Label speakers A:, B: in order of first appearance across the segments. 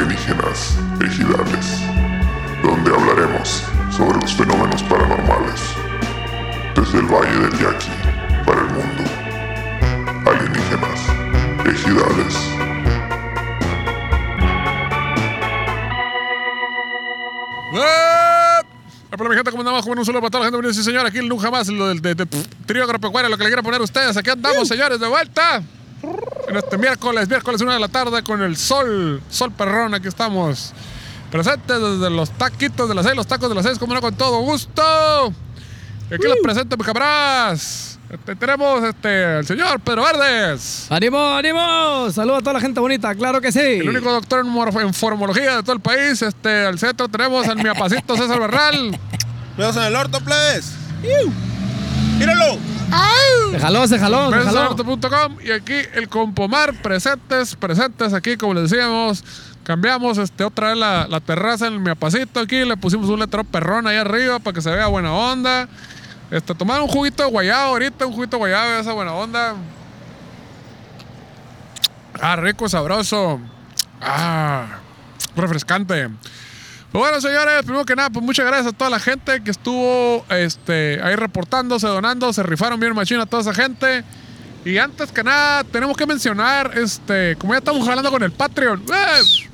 A: Leyendas Ejidales, donde hablaremos sobre los fenómenos paranormales desde el Valle del Yaqui para el mundo. Alienígenas, ejidales.
B: ¡Ah! Hola mi gente, ¿cómo andamos? Como en un solo para toda la gente, bienvenidos, sí, señor, aquí nunca más lo del de- de- pf, trío agropecuario, lo que le quieran poner ustedes. Aquí andamos, señores, de vuelta. En este miércoles, miércoles una de la tarde con el sol, sol perrón, aquí estamos. Presentes desde los taquitos de las seis, los tacos de las seis, como no, con todo gusto. Y aquí les presento, mis cabras. Este, tenemos este, el señor Pedro Verdes,
C: ¡Ánimo, ánimo! Saludos a toda la gente bonita, claro que sí.
B: el único doctor en, morf- en formología de todo el país. Este, al centro tenemos al miapacito César Berral.
D: Cuidados en el orto, plebes. Míralo.
C: Se jaló, se jaló, se jaló.
B: Pensaorto.com y aquí el Compomar presentes, presentes aquí como les decíamos, cambiamos este otra vez la, la terraza en el miapacito aquí, le pusimos un letrero perrón ahí arriba para que se vea buena onda. Este, tomar un juguito de guayabo ahorita, un juguito de guayabo, esa buena onda. Ah, rico, sabroso. Ah, refrescante. Pues bueno, señores, primero que nada, pues muchas gracias a toda la gente que estuvo este, ahí reportándose, donando, se rifaron bien machina a toda esa gente. Y antes que nada, tenemos que mencionar, este, como ya estamos hablando con el Patreon, ¡eh!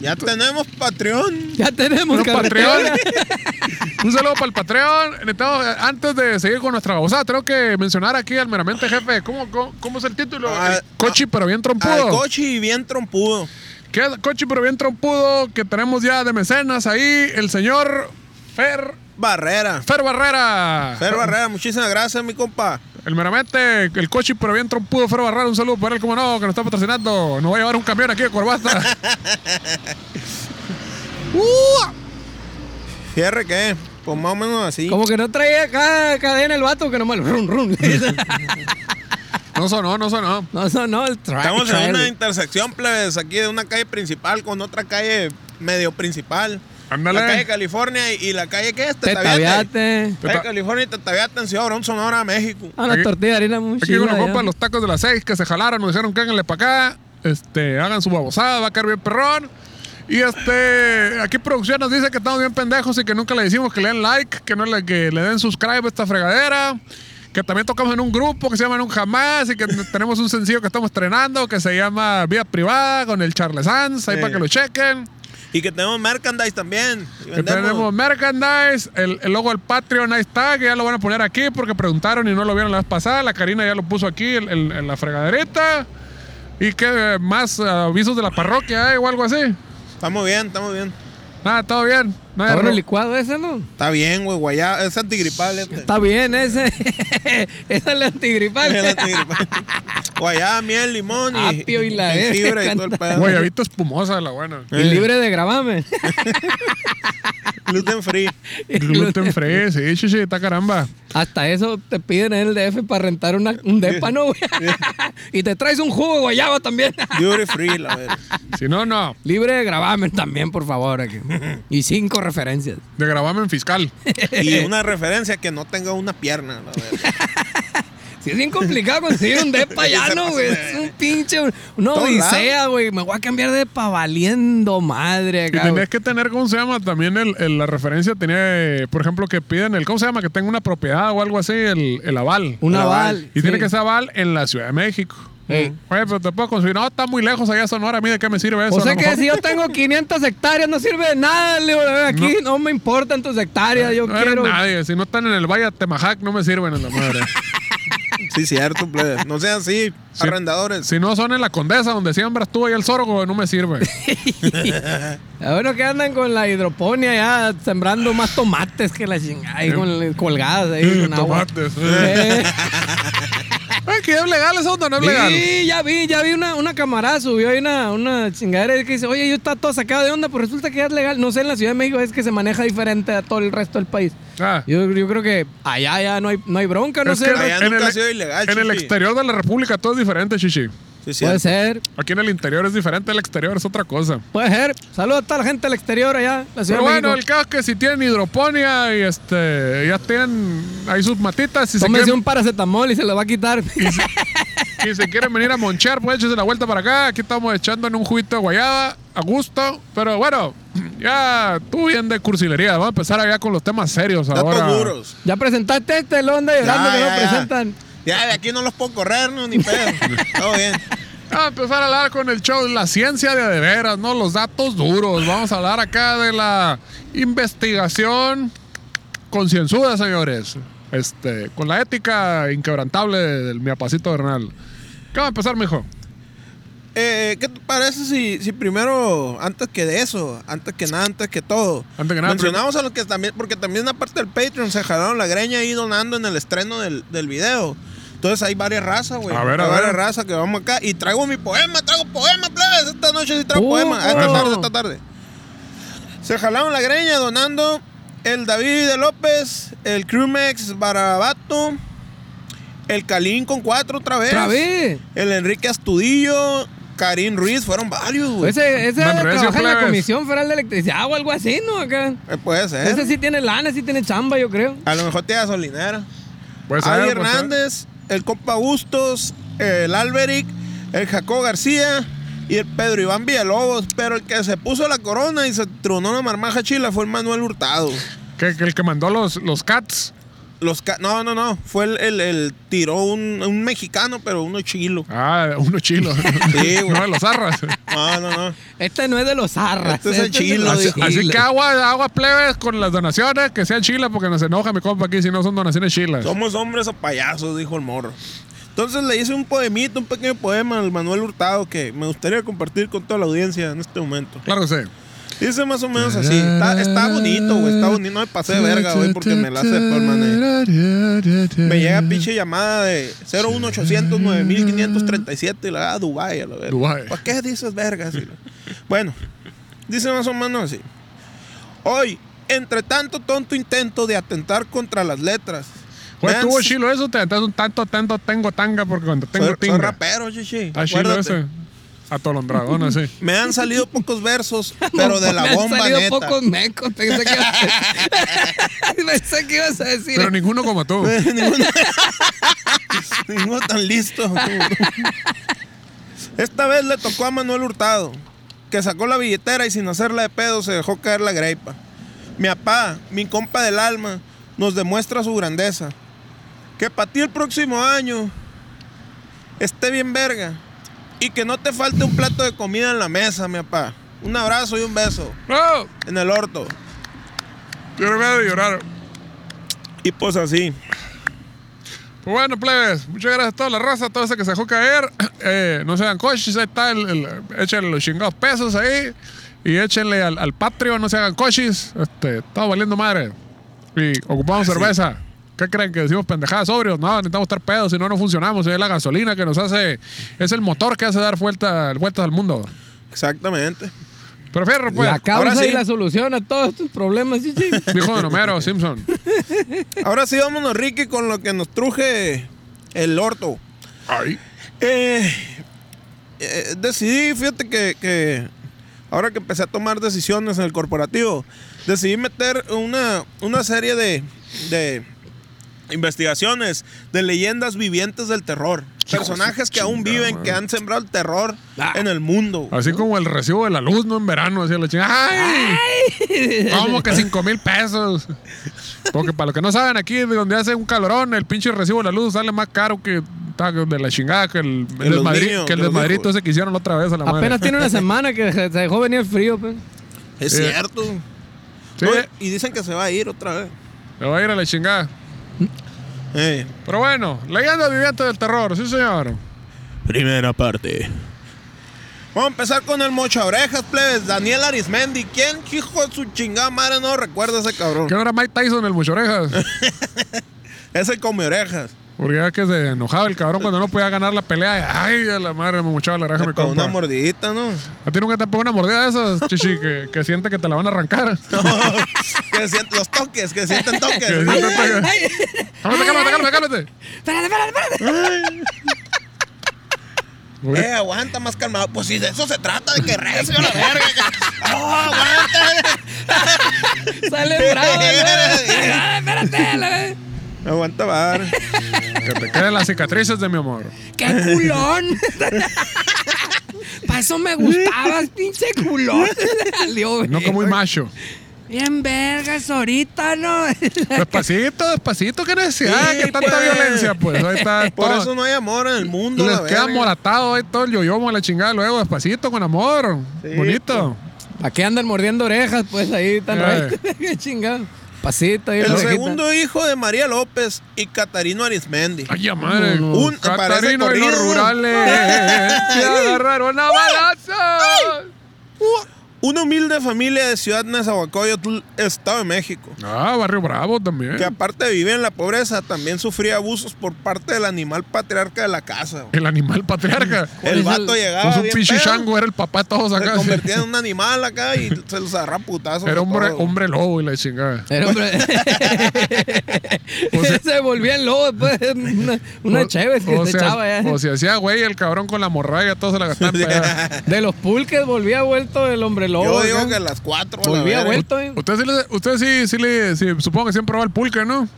D: Ya tenemos Patreon.
C: Ya tenemos
B: Un Patreon.
C: carretera.
B: Un saludo para el Patreon. Necesitamos, eh, antes de seguir con nuestra babosada, tengo que mencionar aquí al meramente jefe. ¿Cómo, cómo, cómo es el título?
D: Ah,
B: El cochi, pero bien
D: Al
B: trompudo.
D: coche y bien trompudo.
B: Que es cochi, pero bien trompudo, que tenemos ya de mecenas ahí, el señor Fer,
D: Barrera.
B: Fer Barrera.
D: Fer Barrera, muchísimas gracias, mi compa.
B: El meramente, el cochi, pero bien trompudo, Fer Barrera. Un saludo para él, como no, que nos está patrocinando. Nos va a llevar un camión aquí de corbata.
D: Fierre que, pues más o menos así.
C: Como que no traía acá cadena el vato, que nomás el rum, rum.
B: no sonó, no sonó.
C: no, no, no, el track.
D: Estamos en
C: trail.
D: una intersección, plebes, aquí de una calle principal con otra calle medio principal.
B: Ándale.
D: La calle California y, y la calle que es
C: Te tabiate.
D: La calle
B: Teta-
D: California y Tetaviate en Ciudad Obregón, Sonora, México.
C: Ah, una
B: Aquí-
C: tortilla de harina muy
B: Aquí
C: chida,
B: con los
C: ya.
B: compas, los tacos de las seis que se jalaron, nos dijeron que háganle para acá, este, hagan su babosada, va a caer bien perrón. Y este, aquí producción nos dice que estamos bien pendejos y que nunca le decimos que le den like, que no le, que le den subscribe a esta fregadera, que también tocamos en un grupo que se llama Un Jamás y que tenemos un sencillo que estamos estrenando que se llama Vía Privada con el Charles Sanz, ahí
D: Sí.
B: para que lo chequen.
D: Y que tenemos merchandise también. Y
B: Que tenemos
D: vendemos.
B: merchandise, el, el logo del Patreon, ahí está, que ya lo van a poner aquí porque preguntaron y no lo vieron la vez pasada. La Karina ya lo puso aquí el- el- en la fregaderita. Y que eh, más eh, avisos de la parroquia eh, o algo así.
D: Estamos bien, estamos bien.
B: Nada, todo bien. No hay
C: Está bueno
B: ro-
C: el licuado ese, ¿no?
D: Está bien, güey, guayá. Es antigripal este.
C: Está bien ese. Esa es la
D: El
C: antigripal.
D: antigripal. Guayaba, miel, limón y,
C: Apio y la verga,
D: jengibre y todo el
C: canta.
D: pedo.
B: Guayabita espumosa, la buena.
C: y libre de grabame.
D: Gluten free.
B: Gluten free, sí, sí, sí, está caramba.
C: Hasta eso te piden en el DF para rentar una- un depa, ¿no, güey? y te traes un jugo de guayaba también.
D: Duty free, la verga.
B: Si no, no,
C: Libre de gravamen también, por favor. aquí. Y cinco referencias.
B: de gravamen fiscal.
D: Y una referencia que no tenga una pierna, la verga.
C: Si es bien complicado conseguir un depa ya, ¿no, güey? Es un pinche... Una
D: Todos
C: odisea, güey. Me voy a cambiar de depa valiendo madre
B: Y
C: acá, güey.
B: tenías que tener, ¿cómo se llama? También el, el- la referencia tenía, eh, por ejemplo, que piden el, ¿cómo se llama? Que tenga una propiedad o algo así, el, el aval.
C: Un
D: el aval.
C: aval.
B: Y tiene
C: sí.
B: que ser aval en la Ciudad de México.
C: Sí.
B: Oye, pero te puedo conseguir. No, está muy lejos allá Sonora. A mí de qué me sirve eso.
C: O
B: A
C: sea
B: lo
C: que
B: mejor-
C: si yo tengo 500 hectáreas no sirve de nada, le digo, la verdad, Aquí no, me importan tus hectáreas. Yo
B: no eres
C: quiero...
B: nadie. Si no están en el Valle de Temajac, no me sirven en la madre.
D: Sí, cierto, plebes. No sean así,
B: Sí.
D: arrendadores.
B: si no son en la Condesa, donde siembras tú y el sorgo, no me sirve.
C: A bueno que andan con la hidroponía ya sembrando más tomates que la chingada
B: Eh.
C: ahí con colgadas ahí con agua.
B: Tomates.
C: Eh,
B: Ay, que es legal eso, no es legal.
C: Sí, ya vi, ya vi una, una camarada subió ahí una, una chingadera que dice, oye, yo estaba todo sacado de onda, pero resulta que ya es legal. No sé, en la Ciudad de México es que se maneja diferente a todo el resto del país.
B: Ah.
C: Yo, yo creo que allá ya no hay, no hay bronca, no
B: Es
C: sé.
B: que
D: Allá
B: en,
D: nunca
B: el,
D: ha sido ilegal,
B: en el
D: chichi.
B: exterior de la República todo es diferente, Chichi.
D: Sí,
C: Puede
D: cierto.
C: ser,
B: Aquí en el interior es diferente, el exterior es otra cosa.
C: puede ser. Saludos a toda la gente del exterior allá, la
B: Pero
C: Ciudad de
B: bueno, el
C: México.
B: caso es que si tienen hidroponía y este, ya tienen ahí sus matitas, si se
C: Tómese
B: quieren-
C: un paracetamol y se lo va a quitar.
B: Y si quieren venir a monchar, pues échense la vuelta para acá. Aquí estamos echando en un juguito de guayaba, a gusto. Pero bueno, ya tú bien de cursilería. Vamos a empezar allá con los temas serios
D: Datos
B: ahora.
D: duros.
C: Ya presentaste este, lo anda llorando que no presentan.
D: Ya, de aquí no los puedo correr, no, ni pedo. Todo bien.
B: Vamos a empezar a hablar con el show de la ciencia de a de veras, ¿no? Los datos duros. Vamos a hablar acá de la investigación concienzuda, señores. Este, con la ética inquebrantable del miapacito Bernal. ¿Qué va a empezar, mijo?
D: Eh, ¿Qué te parece si, si primero, antes que de eso, antes que nada, antes que todo,
B: Antes que nada,
D: mencionamos a los que también, porque también aparte del Patreon se jalaron la greña ahí donando en el estreno del, del video. Entonces hay varias razas, güey.
B: A ver, a
D: hay
B: ver.
D: varias razas que vamos acá. Y traigo mi poema, traigo poema, plebes. Esta noche sí traigo
C: Uh,
D: poema. Ah, Esta
B: bueno.
D: tarde, esta tarde. Se jalaron la greña donando el David de López, el Crumex Barabato, el Calín con cuatro otra vez.
C: Otra vez.
D: El Enrique Astudillo, Karim Ruiz, fueron varios, güey.
C: Ese, ese
B: Manrecio,
C: trabaja en la
B: plebes.
C: Comisión Federal de Electricidad o algo así, ¿no? Acá.
D: Eh, puede ser.
C: Ese sí tiene lana, sí tiene chamba, yo creo.
D: A lo mejor te gasolinera.
B: Pues a
D: Avi
B: ver, pues, a ver.
D: Hernández, el Compa Bustos, el Alberic, el Jacob García y el Pedro Iván Villalobos. Pero el que se puso la corona y se tronó la marmaja chila fue el Manuel Hurtado.
B: Que, que el que mandó los, los cats.
D: Los ca- no, no, no. Fue el, el, el- tiró un, un mexicano, pero uno chilo.
B: Ah, uno chilo.
D: Sí, güey.
B: no de los arras.
D: No, no, no.
C: Este no es de los arras.
D: Este es el
C: de
D: chilo,
C: los
D: así-
B: Así
C: chiles.
B: que agua, agua plebes con las donaciones, que sean chilas, porque nos enoja mi compa aquí si no son donaciones chilas.
D: Somos hombres o payasos, dijo el morro. Entonces le hice un poemito, un pequeño poema al Manuel Hurtado que me gustaría compartir con toda la audiencia en este momento.
B: Claro que sí.
D: Dice más o menos así. Está, está bonito, güey. Está bonito. No me pasé de verga, güey, porque me la hace permanente. Me llega pinche llamada de 01800 9537 y la da a Dubái, a la verga.
B: Dubái.
D: ¿Para qué dices vergas? Y la- Bueno, dice más o menos así. Hoy, entre tanto tonto intento de atentar contra las letras. me
B: Güey,
D: han
B: estuvo chilo eso, te aventas un tanto, tanto, tengo tanga, porque cuando tengo Ah,
D: soy, soy
B: tinga.
D: rapero, chichi.
B: Está chilo
D: acuérdate.
B: ese. Atolondradón, así.
D: Me han salido pocos versos, pero de
C: Me
D: la
C: han
D: bomba
C: salido
D: neta.
C: pocos mecos. Pensé que, ibas a- pensé que ibas a decir.
B: Pero ninguno como tú.
D: Ninguno, ninguno tan listo. Esta vez le tocó a Manuel Hurtado, que sacó la billetera y sin hacerla de pedo se dejó caer la greipa. Mi apá, mi compa del alma, nos demuestra su grandeza. Que para ti el próximo año esté bien verga y que no te falte un plato de comida en la mesa, mi apá. Un abrazo y un beso
B: No, yo
D: en el orto.
B: no me voy a llorar.
D: Y pues así.
B: Pues bueno, plebes, muchas gracias a toda la raza, a toda esa que se dejó caer. Eh, no sean coches, ahí está, el, el- échenle los chingados pesos ahí. Y échenle al, al Patreon, no se hagan coches. Este, está valiendo madre. Y ocupamos cerveza. ¿Qué creen que decimos pendejadas sobrios? No, necesitamos estar pedos, si no, no funcionamos. Es la gasolina que nos hace, es el motor que hace dar vuelta- vueltas al mundo.
D: Exactamente.
B: Pero fierro, pues.
C: la causa
D: ahora sí. Ah,
C: y la solución a todos tus problemas, chichi.
B: Dijo Don Homero Simpson.
D: Ahora sí, vámonos, Ricky, con lo que nos truje el orto.
B: Ay.
D: Eh, eh, decidí, fíjate que, que ahora que empecé a tomar decisiones en el corporativo, decidí meter una, una serie de, de investigaciones de leyendas vivientes del terror. Personajes que aún viven, que han sembrado el terror
C: Ah.
D: en el mundo.
B: Así como el recibo de la luz, ¿no? En verano, así a la chingada. ¡Ay! ¿Cómo que cinco mil pesos? Porque para los que no saben, aquí de donde hace un calorón, el pinche recibo de la luz sale más caro que ta- de la chingada que el, el
D: los
B: desmadri-
D: niños,
B: que el
D: de los
B: desmadrito
D: hijos.
B: ese que hicieron la otra vez a la madre.
C: Apenas tiene una semana que se se dejó venir el frío, pues.
D: Es
B: Eh.
D: cierto.
B: Sí,
D: No, y dicen que se va a ir otra vez.
B: le va a ir a la chingada.
D: Eh.
B: Pero bueno, leyenda viviente del terror, sí señor.
D: Primera parte. Vamos a empezar con el mocha orejas, plebes. Daniel Arismendi. ¿Quién, hijo de su chingada madre, no recuerda a ese cabrón?
B: Que no era Mike Tyson el mucho orejas.
D: Ese come orejas.
B: Porque era que se enojaba el cabrón cuando no podía ganar la pelea. Ay, a la madre, me muchaba la oreja
D: Le
B: mi
D: pegó
B: compa.
D: una mordidita, ¿no?
B: ¿A ti nunca te pegó una mordida de esas, chichi, que, que siente que te la van a arrancar?
D: que sienten los toques, que sienten toques.
B: Que sienten toques.
C: Ay,
B: Cálmate, cálmate, cálmate, cálmate.
C: Espérate, espérate, espérate.
B: Güey,
D: Eh, aguanta más calmado. Pues si de eso se trata, de que recio a la verga. ¡Oh, aguanta!
C: Sale bravo. la- Espérate, la-
D: Aguanta bar.
B: Que te queden las cicatrices de mi amor.
C: ¡Qué culón! Para eso me gustabas, pinche culón. Salió,
B: No como muy macho.
C: Bien vergas ahorita, ¿no?
B: Despacito, despacito, qué necesidad,
D: Sí,
B: que tanta
D: pues.
B: violencia, pues. Ahí está.
D: Por
B: todo.
D: eso no hay amor en el mundo.
B: Les
D: la
B: queda
D: verga.
B: moratado ahí todo el yoyomo a la chingada luego, despacito, con amor.
D: Sí, pues.
B: Bonito.
C: ¿Para qué andan mordiendo orejas, pues, ahí tan
B: Ay.
C: raro? ¡Qué chingado! Pasito ahí.
D: El
C: orejita.
D: segundo hijo de María López y Catarino Arismendi.
B: Ay, ya madre.
C: No,
D: no. Un- parece
B: Catarino y
D: corrido.
B: los rurales. Se agarraron a balazos.
D: Una humilde familia de Ciudad Nezahualcóyotl, Estado de México.
B: Ah, Barrio Bravo también.
D: Que aparte de vivir en la pobreza, también sufría abusos por parte del animal patriarca de la casa. güey.
B: El animal patriarca.
D: El
C: es
D: vato
C: el-
D: llegaba
B: Con su
D: bien
B: pinche
D: pedo,
B: chango era el papá de todos
D: se
B: acá. sí.
D: convertía en un animal acá y se los agarraba a putazos.
B: Era
D: a
B: hombre,
D: todos, güey.
B: hombre lobo y la chingada.
C: Era hombre. se volvía el lobo después. Una, una chévere que
B: o
C: se
B: sea,
C: echaba ya.
B: O se hacía güey el cabrón con la morralla, todos se la gastaban para allá.
C: De los pulques volvía vuelto el hombre lobo.
D: Yo
C: acá.
D: digo que a las cuatro. a la
C: Volvía
D: verga.
C: vuelto, eh.
B: Ustedes sí, les- ustedes sí, sí, le- sí, supongo que siempre va el pulque, ¿no?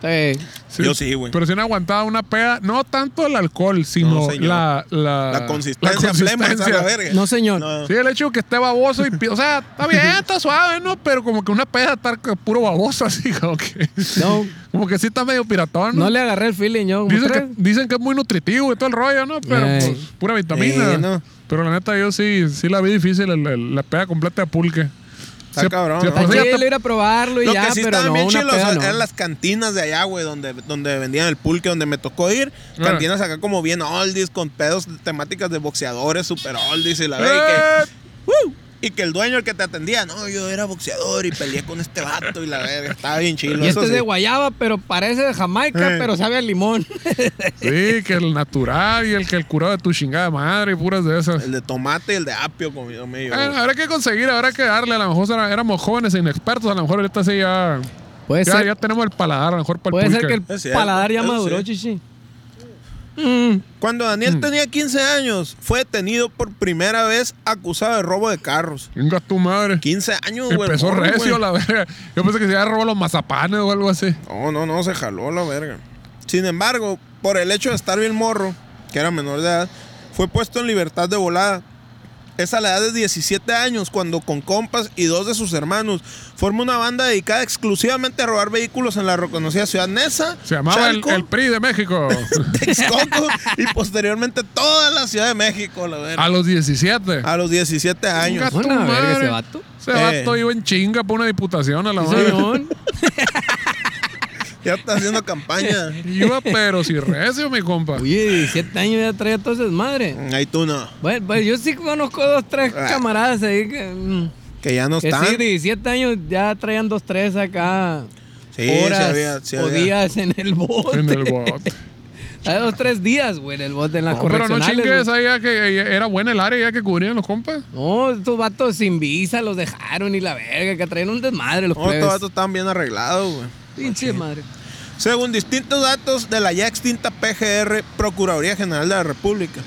C: Sí.
D: Yo sí, güey.
B: Pero si han aguantado una peda, no tanto el alcohol, sino
D: señor.
B: la, la,
D: La consistencia,
B: la
D: flema, a la verga.
C: No, señor.
D: No.
B: Sí, el hecho de que esté baboso y... pi- O sea, está bien, está suave, ¿no? Pero como que una peda está c- puro baboso así, como que...
C: No.
B: Como que sí está medio piratón, ¿no?
C: No le agarré el feeling yo. como
B: dicen, que,
C: tres. Eh.
B: dicen que es muy nutritivo y todo el rollo, ¿no? Pero
C: Ey.
B: pues pura vitamina.
D: Sí, ¿no?
B: Pero la neta yo sí, sí la vi difícil, el- el- la peda completa de pulque.
D: Está
B: Sí,
D: cabrón,
B: sí,
D: ¿no?
B: pues,
C: Está
B: ya
C: chido
B: te-
C: ir a probarlo y
D: Lo
C: ya,
D: que sí
C: pero
D: estaban
C: no,
D: bien
C: una
D: chilos
C: peda no.
D: eran las cantinas de allá, güey, donde, donde vendían el pulque, donde me tocó ir.
B: Ah.
D: Cantinas acá como bien oldies, con pedos de temáticas de boxeadores, super oldies y la verga.
B: ¡Eh!
C: Ah.
D: Y, que, y que el dueño, el que te atendía, no, yo era boxeador y peleé con este vato y la verga. Estaba bien chilo.
C: Y
D: eso
C: este es de
D: sí.
C: guayaba, pero parece de Jamaica,
D: Eh.
C: pero sabe a limón.
B: Sí, que el natural y el que el curado de tu chingada madre y puras de esas.
D: El de tomate y el de apio comido medio.
B: Bueno,
C: Ah.
B: habrá que conseguir, habrá que darle. A lo mejor era- éramos jóvenes e inexpertos. A lo mejor ahorita sí ya,
C: Puede
B: ya,
C: ser,
B: ya tenemos el paladar. A lo mejor para
C: puede
B: el
C: ser
B: pulque.
C: que
D: Es
C: el
D: cierto,
C: paladar ya
D: eso
C: maduró,
D: sí.
C: chichi. Mm.
D: Cuando Daniel tenía 15 años, fue detenido por primera vez acusado de robo de carros.
B: Venga tu madre.
D: 15 años, güey. el
B: Empezó
D: morro,
B: recio
D: güey.
B: la verga. Yo pensé que se había robado los mazapanes o algo así.
D: No, no, no, se jaló la verga. Sin embargo, por el hecho de estar bien morro, que era menor de edad, fue puesto en libertad de volada. Es a la edad de 17 años cuando con compas y dos de sus hermanos forma una banda dedicada exclusivamente a robar vehículos en la reconocida ciudad Nesa,
B: Se llamaba el,
D: Chalco,
B: el PRI de México.
D: Texcoco y posteriormente toda la Ciudad de México, la verga.
B: a los 17.
D: A los 17 años.
B: Venga tu
C: Una verga
B: madre.
C: ese vato.
B: Ese
D: Eh.
B: vato iba en chinga por una diputación a la
C: Sí,
B: madre.
C: señor.
D: Ya está haciendo campaña.
B: Iba pero si recio, mi compa.
C: Oye, 17 años ya traía entonces madre.
D: Ahí tú no.
C: Bueno, pues yo sí conozco dos, tres
D: Ah.
C: camaradas ahí que, mm,
D: Que ya no
C: que
D: están.
C: sí, 17 años ya traían dos, tres acá.
D: Sí,
C: horas
D: sí había, sí
C: o
D: había.
C: días en el bote.
B: En el bote.
C: Hay dos, tres días, güey, en el bote, en las
B: No, pero no
C: correccionales.
B: chingues,
C: güey.
B: ahí ya que ya era buena el área ya que cubrían los compas.
C: No, estos vatos sin visa los dejaron y la verga, que traían un desmadre los
D: No,
C: plebes.
D: estos vatos estaban bien arreglados, güey.
C: Pinche madre.
D: Según distintos datos de la ya extinta PGR, Procuraduría General de la República,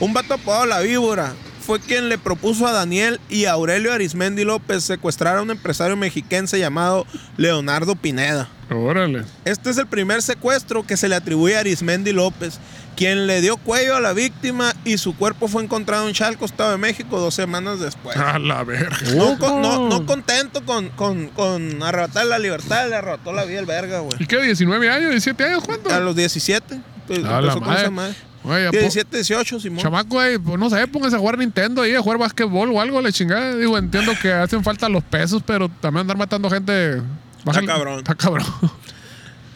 D: un vato apodado La Víbora fue quien le propuso a Daniel y a Aurelio Arismendi López secuestrar a un empresario mexiquense llamado Leonardo Pineda.
B: Órale.
D: Este es el primer secuestro que se le atribuye a Arismendi López, quien le dio cuello a la víctima y su cuerpo fue encontrado en Chalco, Estado de México, dos semanas después.
B: A la verga.
D: No,
C: Ojo.
D: con- no- no contento con, con- con arrebatar la libertad, le arrebató la vida el verga, güey.
B: ¿Y qué? ¿19 años? ¿17 años? ¿Cuánto?
D: A los 17. Pues,
B: A la
D: empezó con
B: madre.
D: esa madre.
B: Oye, ya po-
D: 17, 18, Simón.
B: Chamaco, güey, pues no sé, póngase a jugar Nintendo ahí, a jugar basquetbol o algo, le chingada. Digo, entiendo que hacen falta los pesos, pero también andar matando gente. bájale-
D: cabrón.
B: Está cabrón.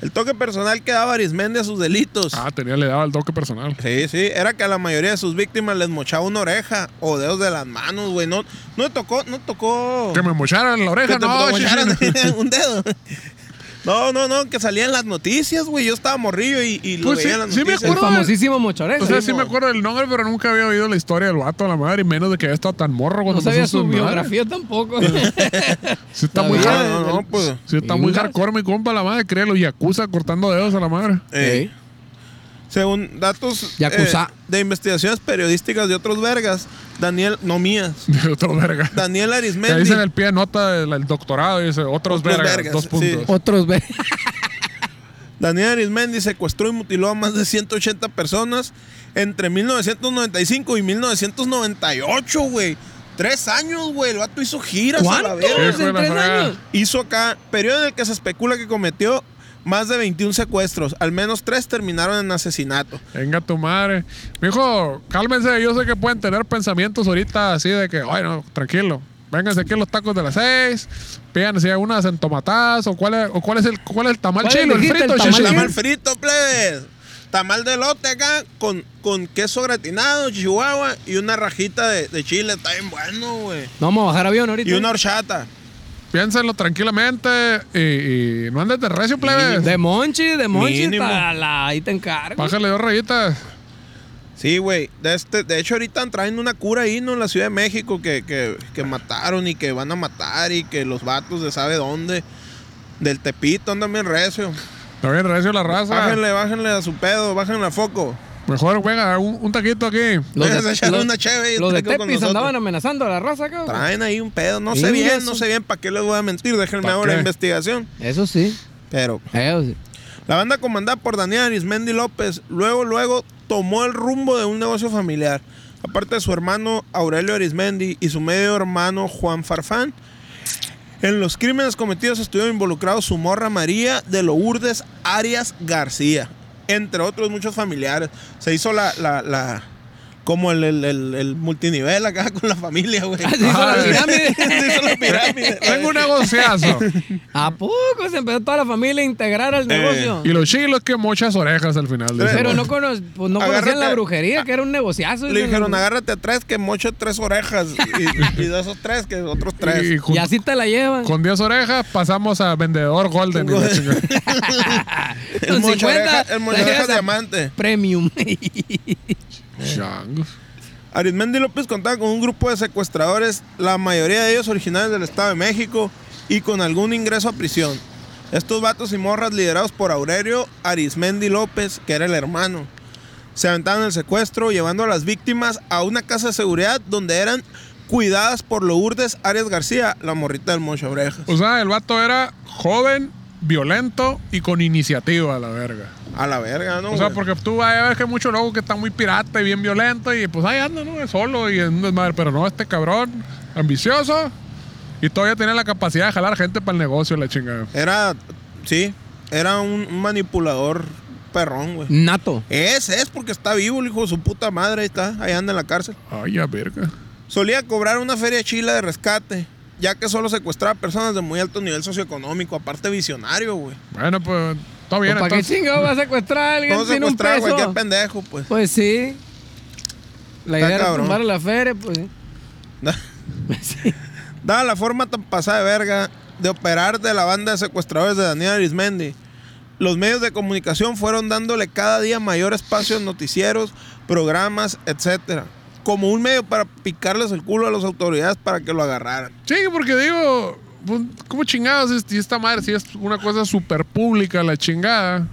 D: El toque personal que daba Arismendi a sus delitos.
B: Ah, tenía, le daba el toque personal.
D: Sí, sí, era que a la mayoría de sus víctimas les mochaba una oreja o dedos de las manos, güey. No, no te tocó, no tocó.
B: Que me mocharan la
D: que
B: oreja,
D: te
B: no,
D: mocharan
B: chichi.
D: un dedo. No, no, no, que salían las noticias, güey. Yo estaba morrillo y, y lo
B: Pues sí,
D: veía en las
B: sí me
D: noticias.
C: El
B: acuerdo.
C: famosísimo Mochorés.
B: O sea, sí
D: mo-
B: me acuerdo del nombre, pero nunca había oído la historia del vato, la madre, y menos de que había estado tan morro cuando
C: No sabía
B: empezó
C: su
B: desmadre.
C: biografía tampoco.
B: Sí está
C: La
B: muy
C: vida.
D: No,
B: hard-
D: no, no,
C: el-
D: pues.
B: sí está muy hardcore, mi compa, la madre, créelo, y acusa cortando dedos a la madre.
D: eh, Según datos
C: Yakuza.
D: eh, de investigaciones periodísticas de otros vergas, Daniel, no mías.
B: De otro verga.
D: Daniel
B: Te
D: Arismendi.
B: dicen el pie de nota del el doctorado y dice otros
D: Otros
B: vergas,
D: vergas,
B: dos
D: sí.
B: puntos.
C: Otros ve.
D: Daniel Arismendi secuestró y mutiló a más de 180 personas entre 1995 y 1998, güey. Tres años, güey. El vato hizo giras. a la
C: ¿Cuántos?
D: verga.
B: Sí, fue
C: ¿En
B: la
C: tres
B: fregada.
C: años?
D: Hizo acá, periodo en el que se especula que cometió más de 21 secuestros. Al menos tres terminaron en asesinato.
B: Venga tu madre. Mijo, cálmense. Yo sé que pueden tener pensamientos ahorita así de que, ay, no, tranquilo. Vénganse aquí a los tacos de las seis. Pídanse unas entomatadas o cuál es, o cuál es el cuál es el tamal
C: ¿Cuál
B: chilo, el
C: dijiste?
B: frito,
C: El
B: el
C: tamal
B: chichil.
D: Tamal frito, plebes. Tamal de lote acá con, con queso gratinado, chihuahua y una rajita de, de chile. Está bien bueno, güey.
C: No vamos a bajar avión ahorita.
D: Y una horchata.
B: Piénsenlo tranquilamente y, y no andes de recio, plebes.
C: Eh, De Monchi, de Monchi.
D: Mínimo.
C: tala, ahí te encargo.
B: Bájale dos rayitas.
D: Sí, güey. De, este, de hecho, ahorita traen una cura ahí, ¿no? En la Ciudad de México que, que, que mataron y que van a matar y que los vatos de sabe dónde. Del Tepito andan bien recio.
B: Está bien recio la raza.
D: Bájenle, bájenle a su pedo, bájenle a foco.
B: Mejor, venga, un, un taquito aquí.
D: Venga, se echaron una cheve y
C: los de
D: te quedo con
C: Tepis
D: nosotros.
C: andaban amenazando a la raza acá. güey.
D: Traen ahí un pedo. No
C: Mira
D: sé bien,
C: eso.
D: no sé bien para qué les voy a mentir. Déjenme
B: ¿Pa
D: ahora
B: qué?
D: investigación.
C: Eso sí.
D: Pero
C: Eso sí.
D: La banda comandada por Daniel Arismendi López luego, luego tomó el rumbo de un negocio familiar. Aparte de su hermano Aurelio Arismendi y su medio hermano Juan Farfán, en los crímenes cometidos estuvieron involucrados su morra María de Lourdes Arias García, entre otros muchos familiares. Se hizo la, la, la- como el, el- el- el multinivel acá con la familia, güey.
C: Ah, se hizo la
B: Ay.
C: pirámide.
D: Se hizo la pirámide.
B: Tengo un negociazo.
C: ¿A poco se empezó toda la familia a integrar
D: Eh.
C: al negocio?
B: y los chilos que mochas orejas al final. dicen.
C: Pero no, cono- pues no conocían
D: Agárrate.
C: la brujería, que era un
B: Pues
C: negociazo.
D: Le
C: dicen
D: dijeron,
C: los-
D: agárrate a tres que mocho tres orejas. Y, y de esos tres, que otros
B: Y,
D: tres.
B: jun-
C: Y así te la llevan.
B: Con 10 orejas pasamos a vendedor golden. y la chingada.
D: El
C: con 50,
D: mocho oreja, el mocho
C: te
D: oreja
C: llevas a-
D: diamante.
C: Premium.
B: Changos.
D: Arismendi López contaba con un grupo de secuestradores, la mayoría de ellos originales del Estado de México y con algún ingreso a prisión. Estos vatos y morras liderados por Aurelio Arismendi López, que era el hermano, se aventaban el secuestro llevando a las víctimas a una casa de seguridad donde eran cuidadas por Lourdes Arias García, la morrita del mocho orejas.
B: O sea, el vato era joven, violento y con iniciativa, la verga.
D: A la verga, ¿no?
B: O sea,
D: güey?
B: porque tú vas a ver que hay mucho loco que está muy pirata y bien violento y pues ahí anda, ¿no? Es solo y es un desmadre. Pero no, este cabrón, ambicioso y todavía tenía la capacidad de jalar gente para el negocio, la chingada.
D: Era, sí, era un, un manipulador perrón, güey.
C: Nato.
D: Es, es, porque está vivo el hijo de su puta madre, ahí está, ahí anda en la cárcel.
B: Ay, a verga.
D: Solía cobrar una feria chila de rescate, ya que solo secuestraba personas de muy alto nivel socioeconómico, aparte visionario, güey.
B: Bueno, pues, todo bien.
C: ¿Para qué
B: entonces.
C: chingado va a secuestrar a alguien
D: No
C: sin un
D: secuestraba a cualquier
C: peso?
D: pendejo, pues.
C: Pues sí. La
D: Está
C: idea era
D: cabrón.
C: tumbar a la feria, pues.
D: Da-
C: Sí.
D: Dada la forma tan pasada de verga de operar de la banda de secuestradores de Daniel Arismendi, los medios de comunicación fueron dándole cada día mayor espacio en noticieros, programas, etcétera, como un medio para picarles el culo a las autoridades para que lo agarraran.
B: Sí, porque digo, pues, ¿cómo chingados es- y esta madre? Si es una cosa súper pública, la chingada.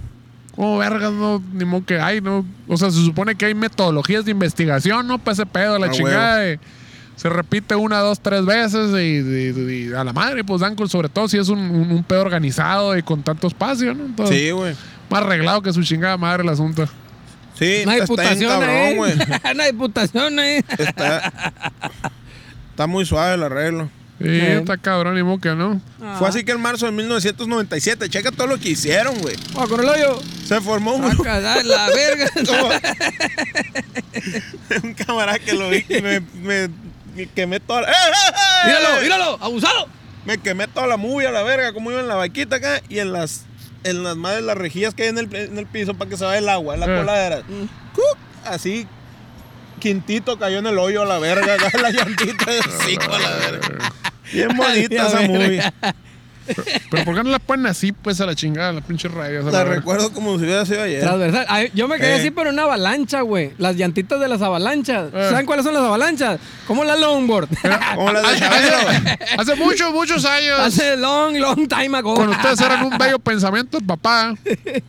B: ¿Cómo vergas no? Ni modo que hay, ¿no? O sea, se supone que hay metodologías de investigación, ¿no? Para ese pedo, la
D: Ah,
B: chingada. de- se repite una, dos, tres veces y, y- y a la madre, pues dan con, sobre todo si es un, un- un pedo organizado y con tanto espacio, ¿no?
C: Oh.
B: Entonces,
D: Sí, güey.
B: más arreglado que su chingada madre el asunto.
D: Sí,
C: Una
D: está bien
C: diputación ¿eh? ahí.
D: cabrón, güey.
C: Una diputación ahí.
D: Está, está muy suave el arreglo.
B: Sí,
C: Bien.
B: está cabrón, ni modo que no.
C: Ah.
D: Fue así que en marzo de 1997, checa todo lo que hicieron, güey.
C: Ah, con el hoyo.
D: Se formó un grupo.
C: Saca, da la verga.
D: como- un camarada que lo vi que me, me- me quemé toda la. ¡Eh, eh, eh!
C: míralo, míralo, abusado.
D: Me quemé toda la movie a la verga, como iba en la vaquita acá y en las en las madres, las rejillas que hay en el, en el piso para que se vaya el agua, en la
B: Eh.
D: coladera. ¡Cuc! Así, quintito cayó en el hoyo a la verga, acá la llantita de hocico a la verga. Bien bonita
C: A
D: esa
C: la
D: movie.
C: verga.
B: Pero ¿por qué no la ponen así, pues, a la chingada, a la pinche radio? esa
D: La
B: madre?
D: recuerdo como si hubiera sido ayer.
C: Transversal. Ay, yo me quedé
D: Eh.
C: así, pero una avalancha, güey. Las llantitas de las avalanchas.
B: Eh.
C: ¿Saben cuáles son las avalanchas? Como la longboard.
D: Como las de
B: Hace,
D: Chabelo.
B: hace- hace muchos, muchos años.
C: Hace long, long time ago.
B: Cuando ustedes eran un bello pensamiento, papá.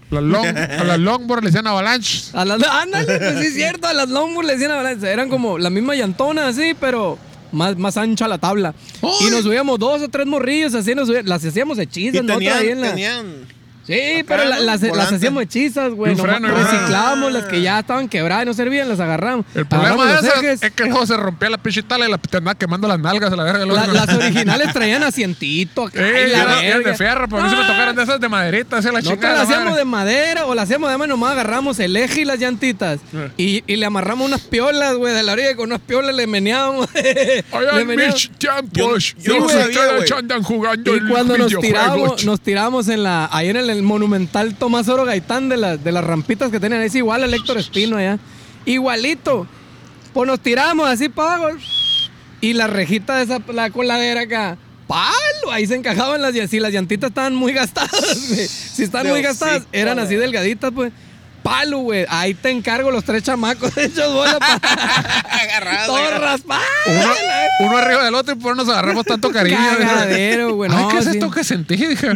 B: La long, a la longboard le decían avalanche.
C: A las, ándale, pues sí es cierto, a las longboard le decían avalancha. Eran como la misma llantona así, pero más, más ancha la tabla.
B: ¡Ay!
C: Y nos subíamos dos o tres morrillos así, nos subíamos, las hacíamos hechizas,
D: Y
C: ¿no? Otra
D: tenían,
C: ahí en la-
D: tenían
C: Sí, pero la- las,
D: volante.
C: las hacíamos hechizas, güey.
B: Y un
C: nomás
B: freno, y-
C: reciclábamos las que ya estaban quebradas y no servían, las agarramos.
B: El problema
C: Agarramos
B: de
C: los
B: esas
C: ejes.
B: es que luego se rompía la pinche tala y la te andaba quemando las nalgas a la verga.
C: La-
B: luego.
C: las originales traían asientito. acá,
B: Eh,
C: y la
B: ya eran- eran
C: verga.
B: de fierro, porque se me tocaron de esas de maderita, así la
C: Nosotros
B: chingada.
C: las
B: la madre.
C: hacíamos de madera o las hacíamos de mano, nomás agarramos el eje y las llantitas. Y, y le amarramos unas piolas, güey, de la orilla y con unas piolas le meneábamos.
B: Allá
C: le
B: en
C: meneábamos.
B: mis tiempos,
D: Yo- yo
B: los
D: no sabía,
B: ustedes
D: güey.
B: andan jugando
C: Y
B: el
C: cuando nos
B: videojuego.
C: tiramos, nos tiramos en la, ahí en el, el monumental Tomás Oro Gaitán de, las de las rampitas que tenían, es igual al Héctor Espino allá. Igualito. Pues nos tiramos así para abajo. Y la rejita de esa la coladera acá. ¡Palo! Ahí se encajaban las llantitas. Si las llantitas estaban muy gastadas, güey. Si estaban
D: De
C: muy gastadas,
D: hocico,
C: eran así
D: güey.
C: delgaditas, pues. ¡Palo, güey! Ahí te encargo los tres chamacos hechos bola para.
D: Agarrado.
C: Todos raspados.
B: Uno, uno arriba del otro y por eso nos agarramos tanto cariño.
C: Cagadero, güey,
B: Ay,
C: no,
B: ¿qué es
C: sí.
B: esto que sentí? Dije,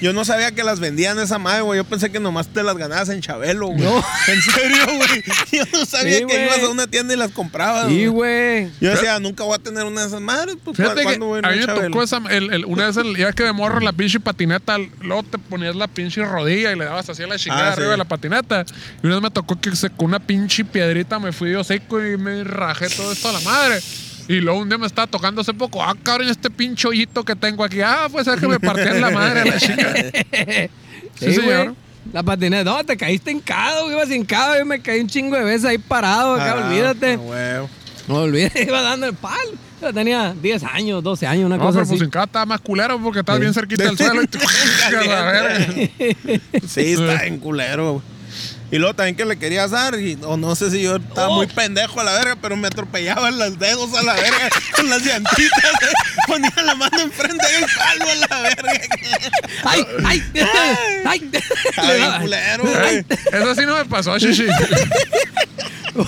D: Yo no sabía que las vendían esa madre, güey. Yo pensé que nomás te las ganabas en Chabelo, güey.
C: No.
D: En serio, güey. Yo no sabía
C: Sí,
D: que
C: güey.
D: ibas a una tienda y las comprabas.
C: Y,
D: güey.
C: güey.
D: Yo decía, nunca voy a tener una de esas madres. Pues,
B: Fíjate que
D: ¿cuándo voy a ir
B: a mí me
D: Chabelo?
B: tocó esa, el- el- una vez, el, ya que de morro la pinche patineta, luego te ponías la pinche rodilla y le dabas así a la chingada
D: Ah, sí.
B: arriba de la patineta. Y una vez me tocó que se- con una pinche piedrita me fui yo seco y me rajé todo esto a la madre. Y luego un día me estaba tocando hace poco, ah, cabrón, este pinche hoyito que tengo aquí. Ah, pues es que me partí en la madre a la chingada. Sí,
C: Sí,
B: señor.
C: güey. La patineta. No, te caíste hincado, güey, ibas hincado. Yo me caí un chingo de veces ahí parado acá,
D: Ah,
C: olvídate.
D: ah, güey.
C: No, olvídate, iba dando el palo. Yo tenía 10 años, 12 años, una
B: No,
C: cosa
B: pero
C: así.
B: pues en cada estaba más culero porque estás
C: Sí.
B: bien cerquita del suelo. Y te- a la verga.
D: Sí, está en culero, güey. Y luego también que le querías dar, y- o no sé si yo estaba muy
C: Oh.
D: pendejo a la verga, pero me atropellaban los dedos a la verga con las llantitas. Ponía la mano enfrente del palo a la verga.
C: ¡Ay! ¡Ay! ¡Ay!
D: Está
C: Le
D: bien
C: daba.
D: culero, güey.
B: Eso sí no me pasó, chichi.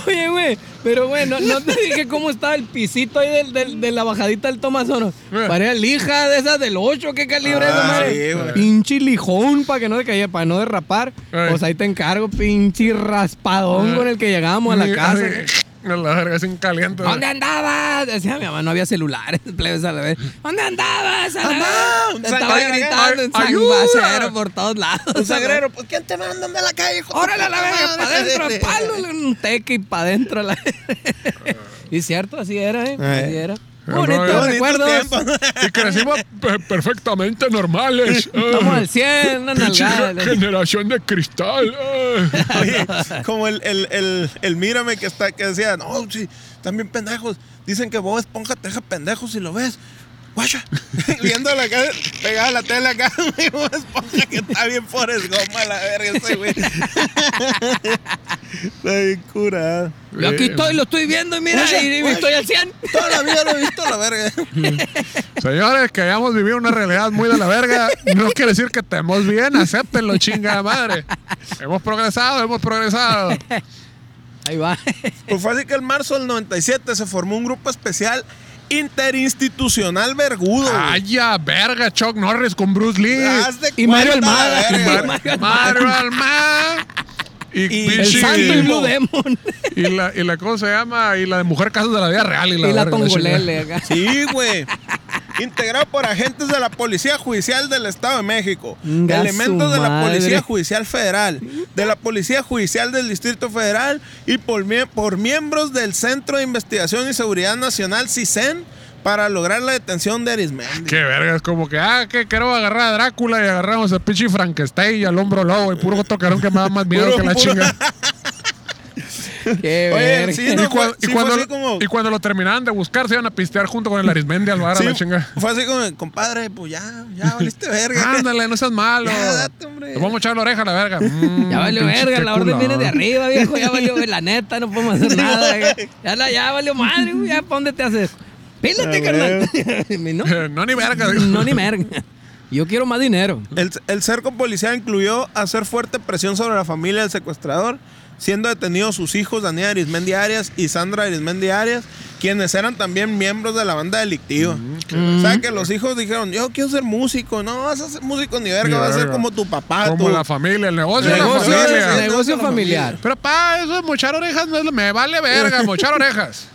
C: Oye, güey, pero güey, no, no te dije cómo estaba el pisito ahí del, del- de la bajadita del Tomazono.
B: Eh.
C: Parecía lija de esas del 8, qué calibre
D: Ah,
C: esa madre.
D: sí, güey.
C: pinche lijón para que no te cayera, para no derrapar.
B: Eh.
C: Pues ahí te encargo, pinche raspadón
B: Eh.
C: con el que llegábamos a la casa. Ah,
B: A la verga, sin caliente.
C: ¿Dónde andabas? Decía mi mamá, no había celulares, plebes a la vez. ¿Dónde andabas? A la
D: Mamá,
C: vez?
D: un
C: Te
D: sangrero,
C: Estaba gritando
B: ay,
C: un sang-
B: ayuda.
C: vasero por todos lados.
D: Un sagrero, pues ¿quién te manda de la calle, hijo? de
C: Órale a la
D: puta
C: verga,
D: madre?
C: para adentro, palo, un teque y para adentro. a La... y cierto, así era, ¿eh?
D: Eh.
C: Así era.
B: Qué
C: Bonitos
B: bonitos
C: recuerdos.
D: tiempos.
B: Y crecimos pe- perfectamente normales.
C: Estamos
B: Ah,
C: al 100, una
B: pinche
C: nalgada.
B: generación de cristal. ah.
D: Oye, como el, el, el, el mírame que está que decía, no, sí, también pendejos. Dicen que Bob Esponja te deja pendejos si lo ves. Guacha, viendo la cara, pegada a la tele acá, mi Bob Esponja que está bien por Goma, la verga ese güey. está bien curada.
C: Yo aquí estoy, lo estoy viendo, y mira,
D: Oye,
C: y, y
D: oye.
C: estoy al 100.
D: Toda la vida lo he visto, la verga.
B: Eh, Señores, que hayamos vivido una realidad muy de la verga, no quiere decir que estemos bien, acéptenlo, chingada madre. Hemos progresado, hemos progresado.
C: Ahí va.
D: Pues fue así que en marzo del 97 se formó un grupo especial interinstitucional vergudo. güey.
B: Ay, ya, verga, Chuck Norris con Bruce Lee.
D: Haz de
C: Y Mario
D: cuenta, la
C: Almada.
D: verga,
C: Y
D: güey.
C: Mario
B: Mario Almada. Y,
D: Y
C: El
B: pinche-
C: santo y Blue Demon.
B: y la, y la, ¿cómo se llama? Y la de Mujer Casos de la Vida Real. Y la,
C: Y la
B: verga, chingada.
C: tongolele acá.
D: Sí, güey. Integrado por agentes de la Policía Judicial del Estado de México,
C: Nga
D: elementos
C: su
D: de la
C: madre.
D: Policía Judicial Federal, de la Policía Judicial del Distrito Federal y por, mie- por miembros del Centro de Investigación y Seguridad Nacional, CISEN, para lograr la detención de Arismendi.
B: Qué verga, es como que, ah, que quiero agarrar a Drácula y agarramos a pinche Frankenstein y al hombro lobo y puro tocarón que me da más miedo
D: Puro-
B: que la
D: puro-
B: chinga.
C: Qué
D: Oye,
C: verga.
D: sí,
B: Y, cua-
D: no, fue-
B: y
D: sí
B: cuando,
D: fue así como-
B: y cuando lo terminaban de buscar, se iban a pistear junto con el Arismendi al bar a
D: Sí,
B: la chinga.
D: fue así como, compadre, pues ya, ya valiste verga.
C: Ah,
B: Ándale, no seas malo.
D: Ya, date, hombre.
B: Te vamos a echar la oreja a la verga. Mm,
C: Ya valió
B: pinche
C: verga,
B: qué
C: la orden
B: culo.
C: viene de arriba, viejo. Ya valió, la neta, no podemos hacer nada. Ya, ya, la- ya valió madre, güey. Ya, ¿para dónde te haces? Pílate,
D: Ah,
C: carnal. no,
B: no, ni verga.
C: no, ni merga. Yo quiero más dinero.
D: El, el cerco policial incluyó hacer fuerte presión sobre la familia del secuestrador, siendo detenidos sus hijos Daniel Arismendi Arias y Sandra Arismendi Arias, quienes eran también miembros de la banda delictiva. o sea, que los hijos dijeron, yo quiero ser músico, no vas a ser músico ni verga,
B: Ni
D: vas a ser
B: verga.
D: como tu papá.
B: Como
D: Ah, tú".
B: la familia, el negocio, de la
C: Negocio,
D: Negocios,
B: familia.
D: sí.
C: negocio familiar.
B: Pero pa, eso de mochar orejas no es lo- me vale verga, mochar orejas.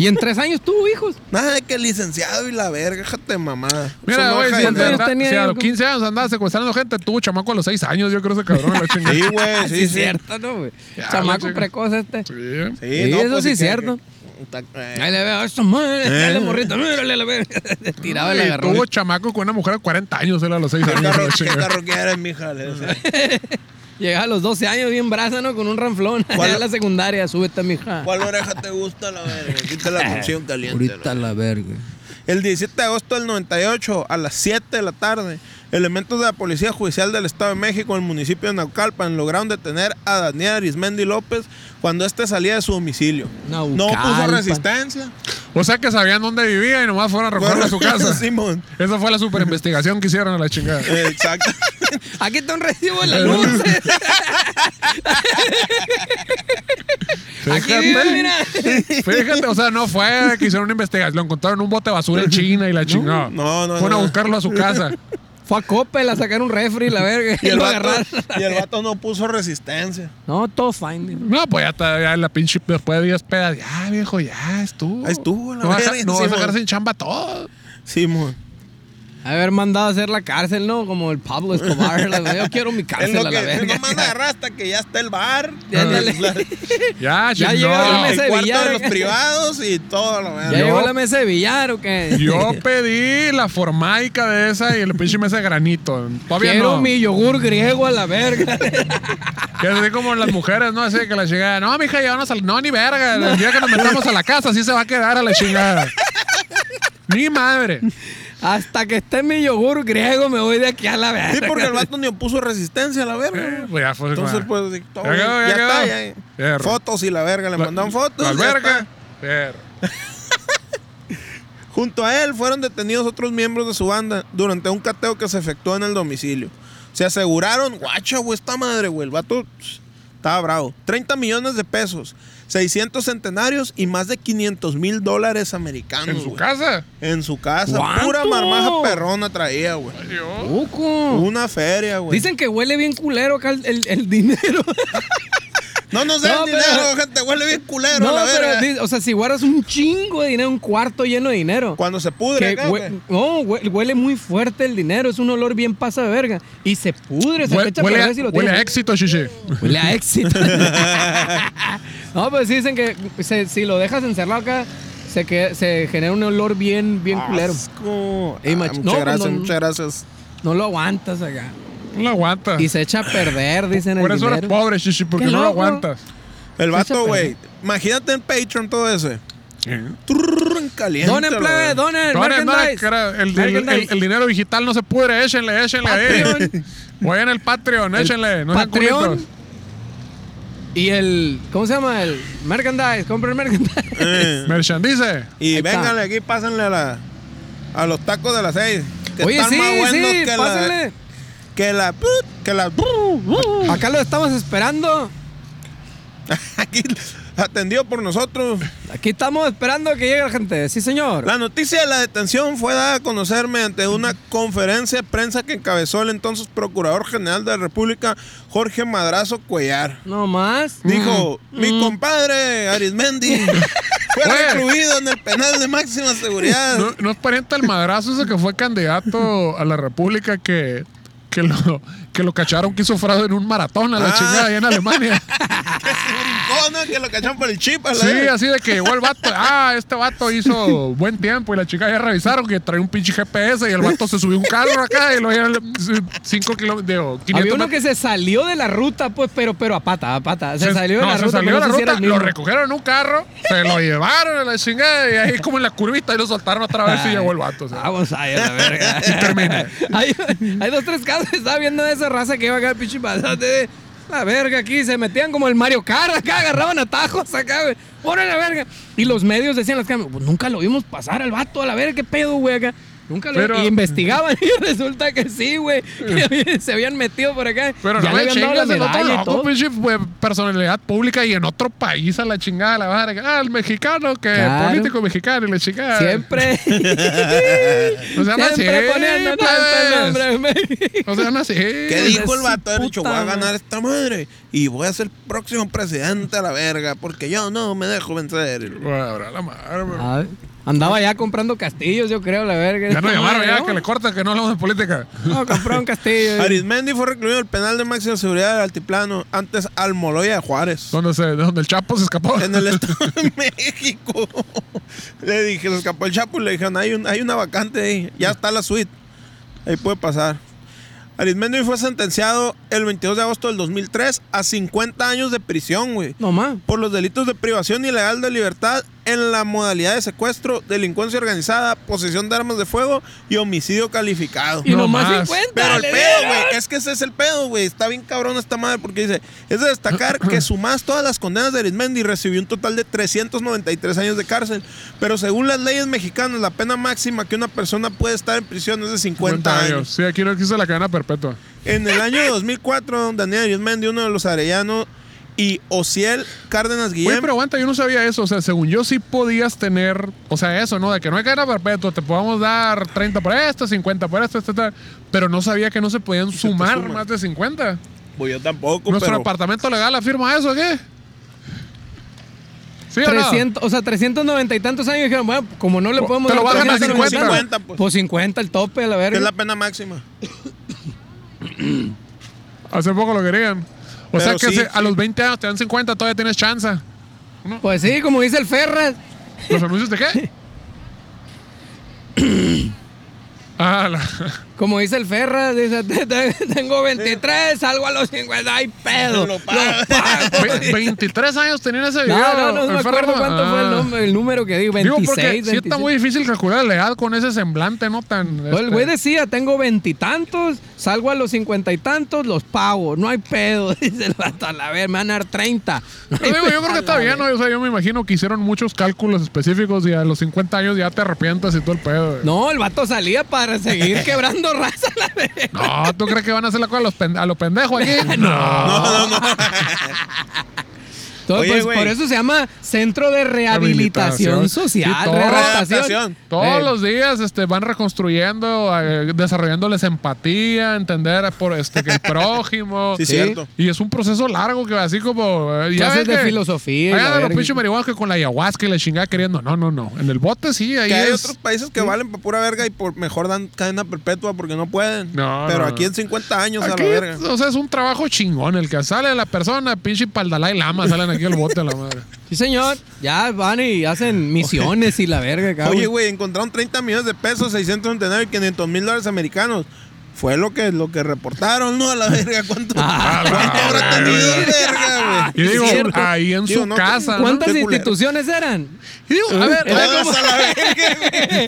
C: Y en tres años tuvo hijos.
D: Nada de que licenciado y la verga, déjate mamada.
B: Mira,
D: Eso no
B: güey,
D: deja
B: si,
D: de
C: ¿cuántos
B: anda-
D: ver.
C: años tenía
B: si a
C: yo?
B: los 15 años andaba secuestrando gente, tuvo chamaco a los 6 años, yo creo ese cabrón. La chingada.
D: Sí, güey, Eh, sí,
C: Ah, Sí, es
D: sí.
C: cierto, ¿no, güey?
B: Ya,
C: Chamaco
B: la chica.
C: precoz este.
B: Sí.
C: Sí, eso sí
D: si
C: es
D: tiene
C: cierto.
D: que- Está- eh,
C: Ahí le veo, esta madre,
D: Eh.
C: dale morrito, mírale la verga. Tiraba el
B: Y
C: agarrón.
B: tuvo chamaco con una mujer a 40 años, él a los 6
D: ¿Qué
B: años. la
D: carro, qué
B: chingada.
D: carro quieres, mija? Le decía.
C: Llegaba a los 12 años bien brasa, ¿no? Con un ranflón.
D: ¿Cuál-
C: Allá en la secundaria, súbete, mija.
D: ¿Cuál oreja te gusta la verga? Quita la canción caliente. la
C: Eh, Ahorita la verga.
D: El 17 de agosto del 98, a las 7 de la tarde, elementos de la Policía Judicial del Estado de México en el municipio de Naucalpan lograron detener a Daniel Arismendi López cuando este salía de su domicilio. No puso
C: Naucalpan.
D: resistencia.
B: O sea que sabían dónde vivía y nomás fueron a recogerlo a su casa.
D: Simón.
B: Esa fue la super investigación que hicieron a la chingada.
D: Exacto.
C: Aquí está un recibo de la luz. Aquí vive, mira.
B: Fíjate, o sea, no fue que hicieron una investigación. Lo encontraron en un bote de basura en China y la chingada.
D: no, no,
B: Fueron a
D: no.
B: buscarlo a su casa.
C: Fue a Coppel a sacar un refri, la verga.
D: Y el,
C: lo
D: vato,
C: agarraron.
D: y el vato no puso resistencia.
C: No, todo fine. digo.
B: No, pues ya está, ya la pinche después de 10 pedas. Ya, viejo, ya estuvo.
D: Ahí estuvo, la
B: No vas a,
D: verga,
B: no vas a
D: Simón.
B: dejar sin chamba todo.
D: Simón.
C: Haber mandado a hacer la cárcel, ¿no? Como el Pablo Escobar. la- Yo quiero mi
D: Es
C: cárcel
D: lo
C: a la
D: que
C: verga.
D: no manda agarrar hasta que ya está el bar.
C: Ya ándale.
B: Ya,
C: Ya
B: chingó.
C: llegó la mesa.
D: el
C: de
D: cuarto de
C: billar.
D: los privados y todo lo
C: ¿Ya
D: demás.
C: llegó la mesa de billar o qué?
B: Yo pedí la formaica de esa y el pinche mesa de granito. Todavía
C: Quiero
B: no.
C: mi yogur griego a la verga.
B: Que es así como las mujeres, ¿no? Así que la chingada, no, mija, llévanos al. No, ni verga. El día que nos metamos a la casa, así se va a quedar a la chingada. Ni madre.
C: Hasta que esté mi yogur griego me voy de aquí a la verga.
D: Sí, porque el vato ni puso resistencia a la verga.
B: Eh, pues ya fue.
D: Entonces,
B: bueno.
D: pues, sí, todo
B: Ya
D: bien.
B: quedó, ya
D: ya, está,
B: quedó.
D: ya.
B: Perro.
D: Fotos y la verga, le
B: La-
D: mandaron fotos.
B: La
D: ya
B: alberca.
D: está.
B: Perro.
D: Junto a él fueron detenidos otros miembros de su banda durante un cateo que se efectuó en el domicilio. Se aseguraron, guacha, güey, esta madre, güey. El vato pss, estaba bravo. 30 millones de pesos, 600 centenarios y más de 500 mil dólares americanos.
B: En su
D: güey.
B: casa.
D: En su casa.
C: ¿Cuánto?
D: Pura marmaja perrona traía, güey.
B: Yo.
C: Poco.
D: Una feria, güey.
C: Dicen que huele bien culero acá el, el- el dinero.
D: No nos den
C: No, pero-
D: dinero, gente. Huele bien culero,
C: no,
D: la verga.
C: pero, di- o sea, si guardas un chingo de dinero, un cuarto lleno de dinero.
D: Cuando se pudre,
C: que
D: acá,
C: hue-
D: güey.
C: no, hue- huele muy fuerte el dinero, es un olor bien pasa de verga. Y se pudre, se
B: Huele,
C: echa a
B: huele
C: perder si
B: a,
C: lo
B: huele a
C: tiras.
B: éxito, chichi.
C: Huele a éxito. no, pues sí dicen que se- si lo dejas encerrado acá, se, que- se genera un olor bien, bien
D: Ah,
C: culero.
D: Asco.
C: Ey,
D: Ah,
C: mach-
D: muchas
C: no, pues
D: gracias,
C: no, no.
D: muchas gracias.
C: No lo aguantas acá.
B: No lo aguanta.
C: Y se echa a perder, dicen
B: Ah. Por
C: el
B: eso eres
C: dinero.
B: pobre, chichi, porque
C: Qué
B: no lo
C: loco.
B: aguantas.
D: El
C: Echa
D: vato,
C: a
D: güey. Imagínate en Patreon todo ese. en caliente.
C: Donen,
D: la
C: plebe,
D: verdad.
C: donen,
B: Ahora, no,
C: merchandise.
B: cara, el, el- el-
C: Merchandise.
B: el dinero digital no se pudre, échenle, échenle. eh.
C: Patreon.
B: Vayan al Patreon, échenle. No sean
C: Patreon.
B: culitos.
C: Y el. ¿Cómo se llama? El merchandise. Compren merchandise.
D: Eh,
B: Merchandice.
D: y
C: Ahí está.
D: vénganle aquí, pásenle a, la- a los tacos de las seis. Que
C: Oye,
D: están
C: sí,
D: más buenos
C: sí,
D: que
C: pásenle.
D: la. Que la. Que la.
C: Acá lo estamos esperando.
D: Aquí, atendido por nosotros.
C: Aquí estamos esperando que llegue la gente. Sí, señor.
D: La noticia de la detención fue dada a conocer mediante una conferencia de prensa que encabezó el entonces Procurador General de la República, Jorge Madrazo Cuellar.
C: No más.
D: Dijo, mi compadre Arismendi fue
B: Oye.
D: recluido en el penal de máxima seguridad.
B: No, no es pariente al madrazo ese que fue candidato a la República que, que, lo, que lo cacharon que hizo fraude en un maratón a la
D: Ah.
B: chingada allá en Alemania.
D: brincó, ¿no? Que lo cacharon por el chip. a la
B: Sí,
D: verga.
B: así de que llegó el vato. Ah, este vato hizo buen tiempo y la chica ya revisaron que traía un pinche GPS y el vato se subió a un carro acá y lo llevan 5 kilómetros.
C: Había uno que se salió de la ruta, pues, pero, pero a pata, a pata. Se, salió de la ruta.
B: salió de
C: pero
B: la
C: no sé si era
B: ruta,
C: el
B: lo
C: mismo.
B: recogieron en un carro, se lo llevaron a la chingada y ahí como en la curvita y lo soltaron otra vez y llegó el vato. o sea.
C: Vamos a ir a la verga. y
B: termina.
C: Hay, hay dos, tres casos. Estaba viendo de esa raza que iba acá, pinche pasante. La verga aquí, se metían como el Mario Kart acá, agarraban atajos acá, güey. ¡Órale, la verga! Y los medios decían las cámaras, pues nunca lo vimos pasar al vato a la verga, qué pedo, güey, acá. Nunca lo
B: Pero- Eh.
C: y investigaban y resulta que sí, güey. que se habían metido por acá.
B: Pero
C: ya
B: no
C: le
B: me
C: habían dado la
B: chingas el otro pues,
C: medalla y
B: loco,
C: todo.
B: pinche güey, personalidad pública y en otro país a la chingada, la baja. Ah, el mexicano, que
C: Claro.
B: político mexicano y la chingada.
C: Siempre.
B: O sea, pues. no
C: siempre poniendo tanto
B: siempre.
C: el nombre. de
B: O sea, no
D: ¿Qué
B: sé.
C: di-
D: dijo el vato?
C: su
D: Él dicho, voy
C: puta
D: a
C: madre".
D: ganar esta madre y voy a ser próximo presidente a la verga porque yo no me dejo vencer. Y lo-
B: Güey, ahora la madre, güey.
C: Ah, Andaba ya comprando castillos, yo creo, la verga.
B: Ya nos llamaron, ya,
C: No,
B: que le cortan, que no hablamos de política.
C: No, compró un castillo.
D: Arismendi fue recluido del penal de máxima seguridad del altiplano antes Almoloya de Juárez.
B: Donde, se, donde el Chapo se escapó.
D: En el Estado de México. Le dije, se escapó el Chapo y le dijeron, hay, un- hay una vacante ahí, ya está la suite. Ahí puede pasar. Arismendi fue sentenciado el 22 de agosto del 2003 a 50 años de prisión, güey.
C: No más.
D: por los delitos de privación ilegal de libertad en la modalidad de secuestro, delincuencia organizada, posesión de armas de fuego y homicidio calificado.
C: Y
B: No
C: nomás
B: más.
C: 50.
D: Pero el
C: le
D: pedo,
C: dieron.
D: güey, es que ese es el pedo, güey. Está bien cabrón esta madre porque dice, es de destacar que sumás todas las condenas de Arismendi recibió un total de 393 años de cárcel. Pero según las leyes mexicanas, la pena máxima que una persona puede estar en prisión es de 50, años.
B: Sí, aquí no existe la cadena perpetua.
D: En el año 2004, don Daniel Arismendi, uno de los arellanos, y Ociel Cárdenas Guillén...
B: Oye, pero aguanta, yo no sabía eso. O sea, según yo sí podías tener, o sea, eso, ¿no? De que no hay cadena perpetua, te podamos dar 30 para esto, 50 para esto, etcétera. Pero no sabía que no se podían
D: te
B: sumar
D: suman.
B: más de 50.
D: Pues yo tampoco,
B: ¿Nuestro
D: pero...
B: departamento legal afirma eso o qué? ¿Sí o no? Pues,
C: 300, o sea, 390 y tantos años dijeron, bueno, como no le podemos
B: Te lo bajan a
C: 390,
D: 50,
C: pues.
D: pues.
C: 50 el tope, a la verga.
D: Que es la pena máxima.
B: Hace poco lo querían. O sea
D: Pero
B: que
D: sí,
B: se-
D: sí.
B: a los 20 años te dan 50, todavía tienes chance.
C: Pues sí, como dice el Ferras.
B: ¿Los anuncios de qué? ah, la...
C: Como dice el Ferras, dice, "Te- te- tengo 23, salgo a los 50, ay pedo.
D: Lo pago.
C: lo pago".
B: Ve- 23 años tenían ese video.
C: No, no, no, me
B: enfermo.
C: acuerdo cuánto fue el,
B: Ah.
C: nombre- el número que digo, 26,
B: Digo, porque sí está
C: 27.
B: muy difícil calcular la edad con ese semblante, ¿no? Tan.
C: No, el
B: este,
C: Pues, güey decía, tengo veintitantos, salgo a los cincuenta y tantos, los pago, no hay pedo, dice el vato, a la ver, me van a dar treinta.
B: yo Pues, digo, yo creo que está bien, ¿no? O sea, yo me imagino que hicieron muchos cálculos específicos y a los 50 años ya te arrepientas y todo el pedo. güey.
C: No, el vato salía para seguir quebrando raza, a la ver.
B: No, ¿tú crees que van a hacer la cosa a los, pen- a los pendejos aquí? No.
C: Entonces,
D: Oye,
C: pues,
D: güey.
C: por eso se llama Centro de
B: Rehabilitación.
C: Rehabilitación, Social,
B: Sí, todo.
C: rehabilitación.
D: Rehabilitación.
B: Todos
C: Eh,
B: los días este, van reconstruyendo, eh, desarrollándoles empatía, entender por este que el prójimo.
D: Sí, cierto.
B: Y es un proceso largo que así como. eh, ya
C: Clases
B: ves
C: de
B: que-
C: filosofía y
B: Allá
C: la
B: de los
C: verga.
B: pinches marihuanos que con la ayahuasca y la chingada queriendo. No, no, no. En el bote sí, ahí
D: Que hay
B: es-
D: otros países
B: Mm.
D: que valen para pura verga y por mejor dan cadena perpetua porque no pueden.
B: No,
D: pero
B: no,
D: aquí
B: no.
D: en 50 años
B: Aquí,
D: a la verga.
B: o sea, es un trabajo chingón el que sale la persona, pinche paldalá y lama, salen aquí al bote a la madre.
C: Sí, señor, ya van y hacen misiones y la verga. acá,
D: Oye, güey, encontraron 30 millones de pesos, 639 y 500 mil dólares americanos. Fue lo que, lo que reportaron, ¿no? A la verga, ¿cuánto,
C: Ah,
D: ¿cuánto
B: la
D: habrá
B: verga.
D: tenido verga,
B: Y
D: güey?
B: digo,
C: cierto.
B: ahí en
D: Digo,
B: su
D: no,
B: casa. Ah, ¿no?
C: ¿Cuántas
D: qué culero.
C: instituciones eran?
B: Y digo, a ver,
C: Era
B: a ver,
D: Todas a la verga, güey.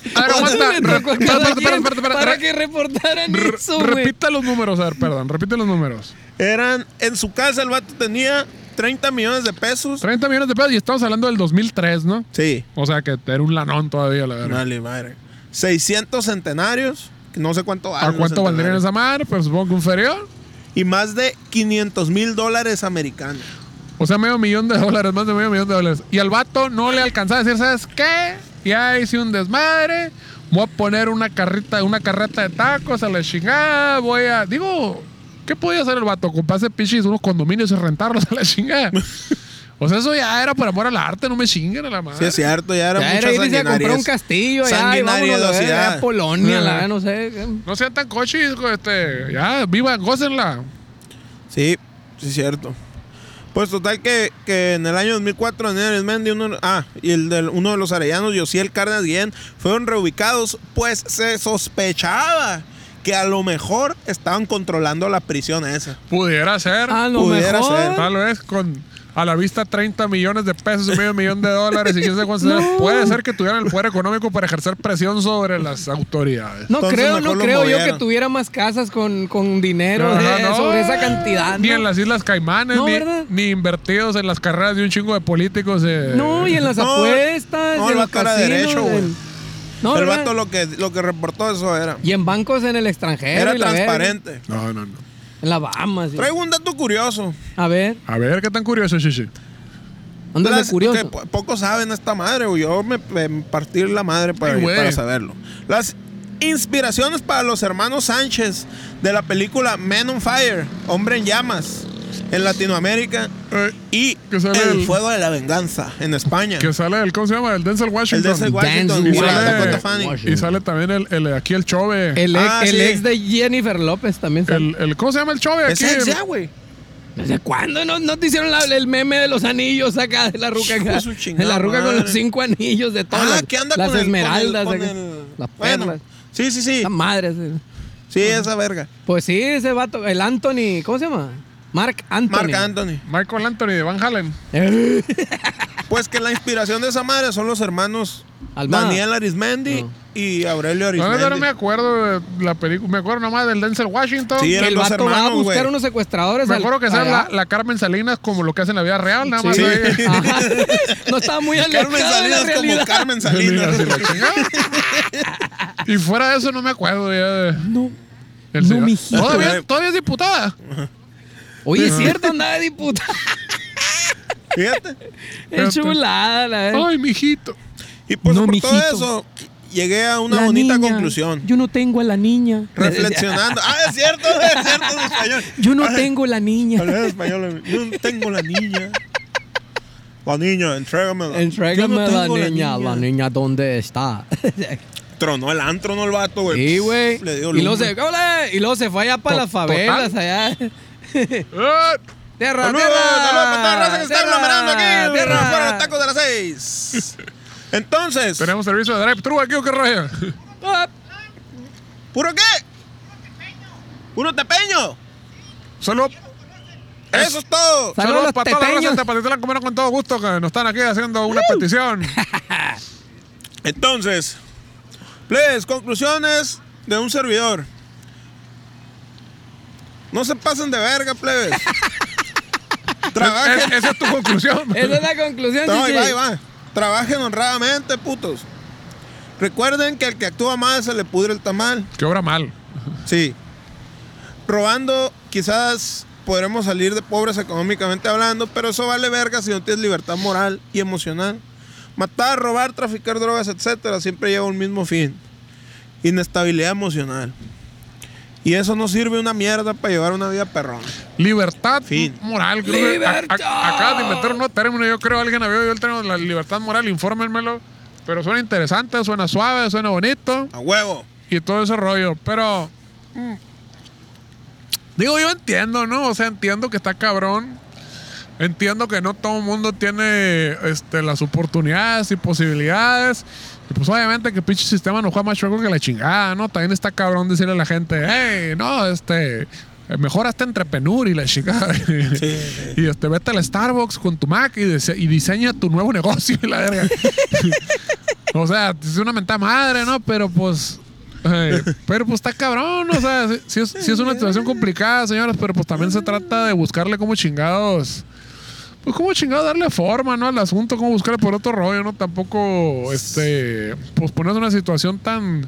B: a ver, aguanta.
C: ¿Cuántas le
B: Espera,
C: tocó a
B: espera,
C: cada
B: espera,
C: quien
B: espera, espera.
C: Para
B: Re-
C: que reportaran
B: re-
C: eso, güey.
B: Repita los números, a ver, perdón, repite los números.
D: Eran, en su casa el vato tenía 30 millones de pesos.
B: 30 millones de pesos y estamos hablando del 2003, ¿no?
D: Sí.
B: O sea que era un lanón todavía, la verdad.
D: Dale, madre. 600 centenarios, que no sé cuánto valen
B: ¿A
D: los
B: cuánto valdría
D: centenarios.
B: esa madre? Pero supongo que un ferión.
D: Y más de 500 mil dólares americanos.
B: O sea, medio millón de dólares, más de medio millón de dólares. Y al vato no le alcanzaba a decir, ¿sabes qué? Ya hice un desmadre, voy a poner una carrita, una carreta de tacos a la chingada, voy a. Digo, ¿qué podía hacer el vato? Comprarse pichis unos condominios y rentarlos a la chingada. O sea, eso ya era por amor al arte, no me chinguen a la madre.
D: Sí, es cierto, ya era
C: Ya era
D: mucha
C: irse a comprar
D: sanguinariedad.
C: un castillo allá y vámonos a la verga, allá a
D: sanguinariedad.
C: Polonia, la
B: Ah.
C: verga, no sé.
B: No sean tan cochis, güey, este, ya, viva, gócenla.
D: Sí, sí, es cierto. Pues total que, que en el año 2004 Daniel Arismendi uno, ah, y el del, uno de los arellanos, Yosiel Cárdenas Guillén, fueron reubicados, pues se sospechaba que a lo mejor estaban controlando la prisión esa.
B: Pudiera ser.
C: A lo
D: Pudiera ser,
C: mejor.
B: Tal vez con a la vista 30 millones de pesos y medio millón de dólares y quién sabe cuántos dólares. Puede ser que tuvieran el poder económico para ejercer presión sobre las autoridades.
C: No
D: Entonces
C: creo, no
D: mejor lo
C: creo yo que
D: movieron.
C: tuviera más casas con, con
B: No,
C: dinero de-
B: no, no.
C: sobre esa cantidad.
B: Ni
C: ¿no?
B: en las Islas Caimanes,
C: No,
B: ni,
C: ¿verdad?
B: ni invertidos en las carreras de un chingo de políticos. eh.
C: No, y en las
D: No,
C: apuestas,
D: no,
C: y en
D: el
C: los
D: vato era
C: casinos,
D: derecho, güey.
C: en- No,
D: el
C: ¿verdad?
D: vato lo que, lo que reportó eso era.
C: Y en bancos en el extranjero.
D: Era
C: y la verga.
D: transparente.
B: No, no, no.
C: En las Bahamas. sí.
D: Traigo un dato curioso.
C: A ver,
B: A ver, ¿qué tan curioso, Shishi?
C: ¿dónde
D: Las-
C: es
D: Que
C: curioso?
D: po- poco saben esta madre, güey. Yo me, me partí la madre para,
B: Ay, güey.
D: para saberlo. Las inspiraciones para los hermanos Sánchez de la película Men on Fire, Hombre en Llamas, en Latinoamérica. er,
B: Eh,
D: Y
B: Que sale
D: El
B: el-
D: Fuego de la Venganza, en España.
B: que sale el, ¿cómo se llama? El Denzel
D: El
B: Washington.
D: de ese Washington,
C: Dance
D: y la
B: Washington.
D: Dakota Fanning.
B: Y sale también el, el- aquí el Chove. El,
C: El, ex,
D: Ah,
C: el
D: sí.
C: ex de Jennifer López también. sale.
B: el- ¿Cómo se llama el Chove?
D: Es
B: Aquí,
D: ex
B: el-
D: ya, güey.
C: ¿Desde cuándo no, no te hicieron la- el meme de los anillos acá de la ruca?
D: Hijo
C: acá?
D: de su chingada
C: de la ruca con
D: madre.
C: los cinco anillos de todas
D: Ah,
C: las,
D: que anda
C: las
D: con el- con el-
C: esmeraldas,
D: con
C: acá,
D: el-
C: las
D: Bueno,
C: perlas.
D: Sí, sí, sí.
C: La madre. sí.
D: Sí, esa verga.
C: Pues sí, ese vato, el Anthony, ¿cómo se llama? Mark Anthony.
D: Marc Anthony.
B: Michael Anthony de Van Halen.
C: Eh,
D: Pues que la inspiración de esa madre son los hermanos
C: Almada.
D: Daniel Arismendi
C: No.
D: y Aurelio
B: La
D: Arismendi.
B: neta no me acuerdo de la película. Me acuerdo nomás del Denzel Washington.
D: Sí, eran
C: el
D: dos
C: vato va a
D: hermanos,
C: buscar
D: güey.
C: unos secuestradores.
B: me
C: al-
B: acuerdo que sea
C: allá.
B: la, la Carmen Salinas como lo que hace en la vida real, nada más.
C: Sí.
B: ahí.
C: Ajá. No estaba muy alejado
D: Ah. Carmen
C: de la
D: Salinas como
C: realidad.
D: Carmen Salinas.
B: Y la chingada. y fuera de eso no me acuerdo ya de...
C: No.
B: el
C: No,
B: señor.
C: mijito.
B: ¿Todavía, todavía es diputada.
C: Oye, es cierto, andaba de diputada.
D: Fíjate.
C: Qué chulada, la verdad.
B: Ay, mijito.
D: Y pues
C: No,
D: por todo
C: mijito.
D: eso llegué a una bonita
C: niña,
D: conclusión.
C: Yo no tengo a la niña.
D: Reflexionando. ah, es cierto, es cierto en español.
C: Yo no
D: Ay,
C: tengo la niña.
D: hablé en español. Yo no tengo la niña. La niña, entrégamela.
C: Entrégame
D: Yo no
C: la
D: tengo
C: niña, la niña, ¿dónde está?
D: Tronó el antro, no el vato, güey.
C: Sí, güey.
D: Le dio
C: Y, luego
D: lumbre.
C: se- ¡Ole! y luego se fue allá para
B: To-
C: las favelas,
B: total.
C: allá.
B: Eh,
C: Tierra,
D: Saludos,
C: tierra.
D: saludos para toda la raza que se está
C: tierra,
D: aglomerando aquí.
C: tierra.
D: Fuera de los tacos de las seis. Entonces,
B: Tenemos servicio de drive-thru aquí o qué rayo.
C: Ah,
D: ¿puro qué? Puro tepeño.
B: Saludos
D: Eso es todo.
C: Saludos a los
B: para toda la raza
C: tepeños.
B: de Tepatitlán, como no, con todo gusto, que nos están aquí haciendo una petición.
D: Entonces, please, conclusiones de un servidor. No se pasen de verga, plebes.
B: Es-
D: Trabajen.
B: esa es tu conclusión.
C: Esa es la conclusión,
D: No, ahí
C: Chichi.
D: va, ahí va. Trabajen honradamente, putos. Recuerden que al que actúa mal se le pudre el tamal.
B: que obra mal.
D: Sí. Robando, quizás podremos salir de pobres económicamente hablando, pero eso vale verga si no tienes libertad moral y emocional. Matar, robar, traficar drogas, etcétera, siempre lleva un mismo fin: inestabilidad emocional. Y eso no sirve una mierda para llevar una vida perrona.
B: Libertad
D: Fin.
B: moral. creo que a- a-
C: ¡Libertad!
B: Acabas de inventar un nuevo término. Yo creo alguien había oído el término de la libertad moral. Infórmenmelo. Pero suena interesante, suena suave, suena bonito
D: A huevo.
B: y todo ese rollo. Pero. mm, digo, yo entiendo, ¿no? O sea, entiendo que está cabrón. Entiendo que no todo el mundo tiene este, las oportunidades y posibilidades. Y pues obviamente que pinche sistema no juega más chueco que la chingada, ¿no? También está cabrón decirle a la gente, hey, no, este, mejor hasta entrepreneur y la chingada. Y este, vete al Starbucks con tu Mac y, dise- y diseña tu nuevo negocio y la verga. o sea, es una mentada madre, ¿no? Pero pues... eh, pero pues está cabrón, o sea, sí, sí es, sí es una situación complicada, señores, pero pues también se trata de buscarle como chingados pues cómo chingado darle forma, ¿no? Al asunto, cómo buscarle por otro rollo, ¿no? Tampoco, este, pues ponerse en una situación tan,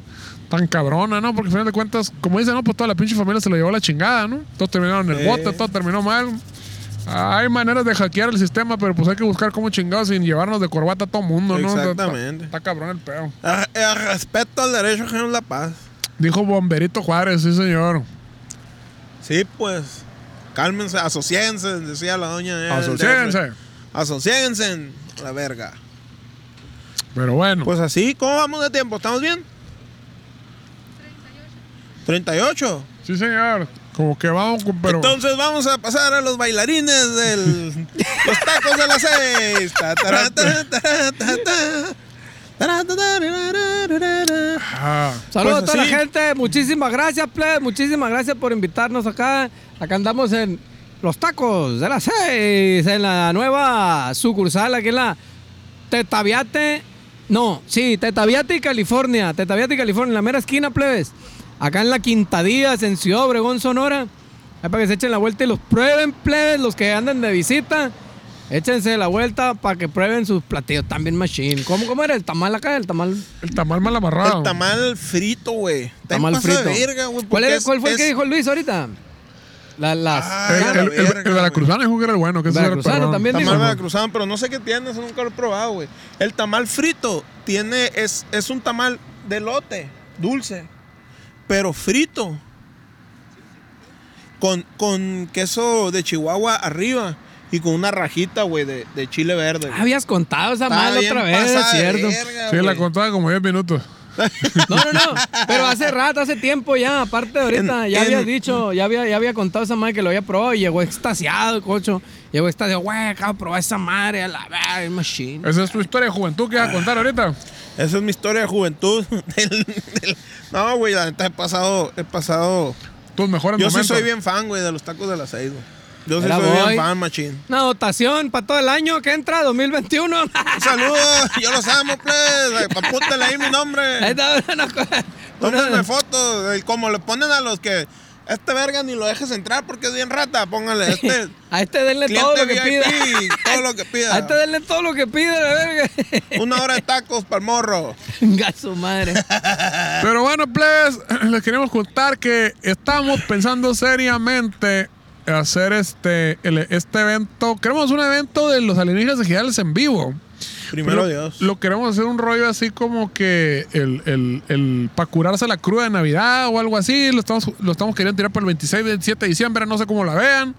B: tan cabrona, ¿no? Porque al final de cuentas, como dicen, ¿no? Pues toda la pinche familia se la llevó a la chingada, ¿no? Todos terminaron en el
D: Sí.
B: bote, todo terminó mal. Hay maneras de hackear el sistema, pero pues hay que buscar cómo chingados sin llevarnos de corbata a todo mundo, ¿no? Está-
D: Exactamente.
B: Está, está cabrón el pedo.
D: A- a respeto al derecho a la paz.
B: Dijo Bomberito Juárez, sí, señor.
D: Sí, pues. Cálmense, asociense, decía la doña.
B: Asociense.
D: Asociense, la verga.
B: Pero bueno,
D: Pues así, ¿cómo vamos de tiempo? ¿Estamos bien? 38.
B: sí, señor. Como que vamos, con- pero.
D: Entonces vamos a pasar a los bailarines del los tacos de las seis. Ta, ta, ta, ta, ta, ta, ta. Ta, ta, ta, ta, ta, ta, ta.
B: Ah.
C: Saludos
D: Pues
C: a toda
D: así.
C: la gente, muchísimas gracias, plebe, muchísimas gracias por invitarnos acá. Acá andamos en Los Tacos de las 6, en la nueva sucursal, aquí en la Tetaviate, no, sí, Tetaviate y California, Tetaviate y California, en la mera esquina, plebes. Acá en la Quintadías, en Ciudad Obregón, Sonora. Ahí para que se echen la vuelta y los prueben, plebes, los que andan de visita. Échense la vuelta para que prueben sus platillos también machine. ¿Cómo, cómo era el tamal acá? El tamal.
B: El tamal mal amarrado.
D: El tamal frito, güey. Está en
C: tamal
D: paso de
C: frito.
D: verga, güey,
C: ¿Cuál,
D: porque
C: era-
D: es-
C: cuál fue el que
D: es-
C: dijo Luis ahorita? La- las.
D: Ah,
B: El,
D: A
B: el,
D: la
B: el, el,
D: verga, güey.
B: veracruzano dijo que era el bueno. Que ese era el
C: Veracruzano
B: perrón.
C: también dijo.
D: Tamal
C: Ajá.
D: veracruzano, pero no sé qué tiene, eso nunca lo he probado, güey. El tamal frito tiene, es, es un tamal de lote, dulce, pero frito. Con, con queso de Chihuahua arriba y con una rajita, güey, de, de chile verde. güey.
C: Habías contado esa
D: Está
C: Ah, mal
D: bien
C: otra vez, es
D: pasada de
C: cierto.
D: verga,
B: Sí, la
D: güey.
B: contaba como 10 minutos.
C: No, no, no. Pero hace rato, hace tiempo ya, aparte de ahorita,
D: En-
C: ya había
D: en-
C: dicho, ya había, ya había contado esa madre que lo había probado y llegó extasiado, cocho. Llegó extasiado, güey, acabo de probar esa madre, a la verga, machine.
B: Esa es tu historia de juventud que vas a contar ahorita.
D: Esa es mi historia de juventud. del- del- No, güey, la neta he pasado, he pasado.
B: Tus mejores
D: Yo sí
B: momentos.
D: soy bien fan, güey, de los tacos de las seis, güey. Yo sí
C: Era
D: soy
C: boy.
D: bien fan, machín.
C: Una dotación para todo el año que entra, 2021.
D: Saludos, yo los amo, pues. Apúntale ahí mi
C: Ahí
D: nombre.
C: está una cosa-
D: Tómenme
C: una-
D: fotos. eh, Como le ponen a los que este verga ni lo dejes entrar porque es bien rata. Póngale este
C: A este denle todo
D: cliente
C: lo que pida.
D: VIP, todo lo que
C: A este
D: pida.
C: denle todo lo que pida, la verga.
D: Una hora de tacos para el morro.
C: Venga, su madre.
B: Pero bueno, plebes, les queremos contar que estamos pensando seriamente hacer este, el- este evento. Queremos un evento de los alienígenas digitales en vivo.
D: Primero
B: Lo-
D: Dios.
B: Lo queremos hacer un rollo así como que el, para curarse la cruda de Navidad o algo así. Lo estamos, lo estamos queriendo tirar para el 26, 27 de diciembre, no sé cómo la vean.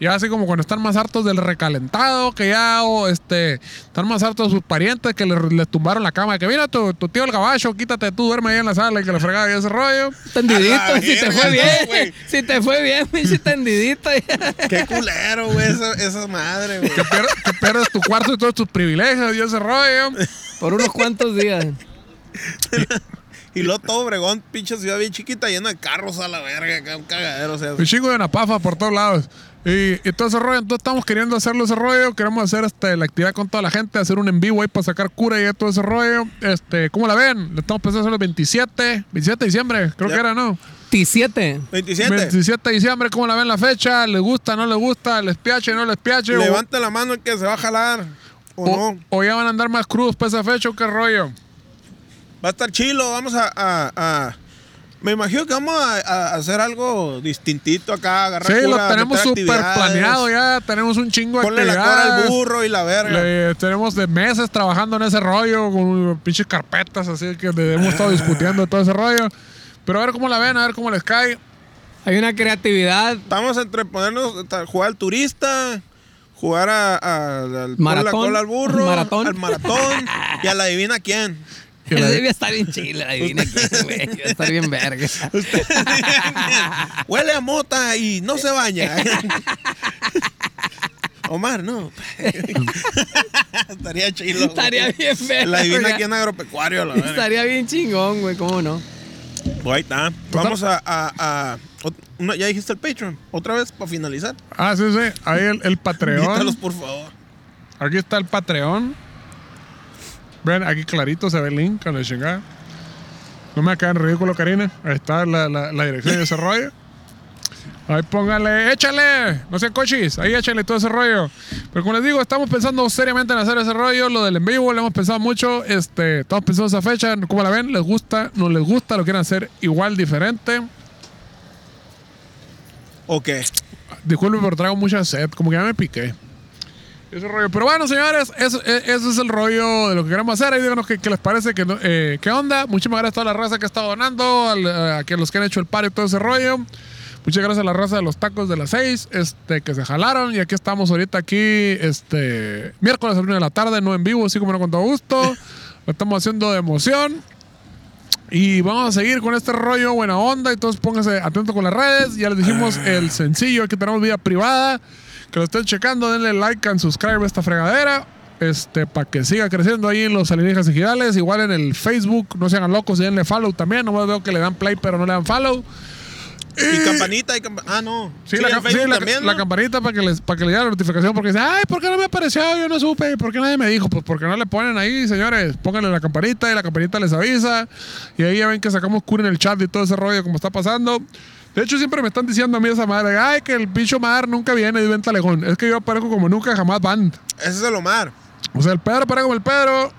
B: Ya así como cuando están más hartos del recalentado, que ya o este, están más hartos de sus parientes que les, les tumbaron la cama. Que mira tu, tu tío el gabacho, quítate tú, duerme ahí en la sala y que la fregada y ese rollo.
D: A
C: Tendidito,
D: la
C: si te
D: verga,
C: fue
D: no,
C: bien.
D: güey.
C: Si te fue bien, pinche tendidito.
D: Qué culero, güey, esa, esa madre, güey.
B: Que, pier- que pierdes tu cuarto y todos tus privilegios y ese rollo.
C: Por unos cuantos días.
D: Y luego todo Obregón, pinche ciudad bien chiquita, lleno de carros a la verga, acá un cagadero, o sea.
C: Pues,
B: Un chingo de napafa por todos lados. Y, y todo ese rollo, entonces estamos queriendo hacerlo ese rollo, queremos hacer este, la actividad con toda la gente, hacer un en vivo ahí para sacar cura y todo ese rollo. Este, ¿Cómo la ven? Lo estamos pensando hacer el 27, 27 de diciembre, creo
D: Ya.
B: que era, ¿no?
C: 27.
D: 27.
B: 27 de diciembre, ¿cómo la ven la fecha? ¿Les gusta, no les gusta? ¿Les piache, no les piache? O,
D: Levanta la mano el que se va a jalar. O,
B: o-
D: no.
B: o ya van a andar más crudos para esa fecha o qué rollo?
D: Va a estar chilo, vamos a. a- a- me imagino que vamos a, a hacer algo distintito acá, agarrar
B: Sí, lo
D: cura,
B: tenemos
D: meter
B: súper
D: actividades,
B: planeado ya, tenemos un chingo de
D: Ponle la
B: actividades.
D: cora al burro y la verga.
B: Le- tenemos de meses trabajando en ese rollo, con pinches carpetas, así que de- hemos estado discutiendo todo ese rollo. Pero a ver cómo la ven, a ver cómo les cae.
C: Hay una creatividad.
D: Estamos entre ponernos, ta- jugar al turista, jugar a, a- al ponle la
C: Maratón.
D: cola al burro,
C: Maratón.
D: al maratón y a la adivina quién.
B: Que la-
C: Ese debe estar bien chile, la divina aquí, güey. Debe estar bien verga.
D: Huele a mota y no se baña. Omar, no. Estaría chilo. güey.
C: Estaría bien verga.
D: La divina quién agropecuario, la verga.
C: Estaría bien chingón, güey, cómo no.
D: Pues ahí está. Vamos a. a- a- ot- no, ya dijiste el Patreon. Otra vez para finalizar.
B: Ah, sí, sí. Ahí el, el
D: Invítalos,
B: Patreon.
D: por favor.
B: Aquí está el Patreon. Ven, aquí clarito se ve el link con la chingada. No me acá en ridículo, Karina. Ahí está la, la- la dirección de ese rollo. Ahí póngale, échale, no sean cochis, ahí échale todo ese rollo. Pero como les digo, estamos pensando seriamente en hacer ese rollo, lo del en vivo, lo hemos pensado mucho, este, estamos pensando esa fecha, como la ven, les gusta, no les gusta, lo quieren hacer igual, diferente.
D: Ok.
B: Disculpe, pero traigo mucha sed, como que ya me piqué. Ese rollo. Pero bueno, señores, eso- e- ese es el rollo de lo que queremos hacer. Ahí díganos qué, qué les parece, qué, no- eh, qué onda. Muchísimas gracias a toda la raza que está donando, al- eh, a, que los que han hecho el par y todo ese rollo. Muchas gracias a la raza de los tacos de las 6, este, que se jalaron. Y aquí estamos ahorita aquí, este, miércoles a la 1 de la tarde, no en vivo, así como no con todo gusto. Lo estamos haciendo de emoción. Y vamos a seguir con este rollo buena onda. Entonces pónganse atento con las redes. Ya les dijimos el sencillo que tenemos vida privada. Que lo estén checando. Denle like and subscribe a esta fregadera. Este, para que siga creciendo ahí los alienígenas ejidales. Igual en el Facebook, no se hagan locos, denle follow también. No veo que le dan play, pero no le dan follow.
D: Y campanita y campanita. Ah, no.
B: Sí, la,
D: en
B: cam- sí,
D: Facebook
B: la-
D: también,
B: la
D: ¿no?
B: campanita para que, les, para que les llegue la notificación. Porque dice, ay, ¿por qué no me apareció? Yo no supe. ¿Y ¿Por qué nadie me dijo? Pues porque no le ponen ahí, señores. Pónganle la campanita y la campanita les avisa. Y ahí ya ven que sacamos cura en el chat y todo ese rollo como está pasando. De hecho, siempre me están diciendo a mí esa madre, ay, que el bicho mar nunca viene y ven talegón. Es que yo aparezco como nunca jamás band.
D: Ese es el Omar.
B: O sea, el Pedro aparece como el Pedro.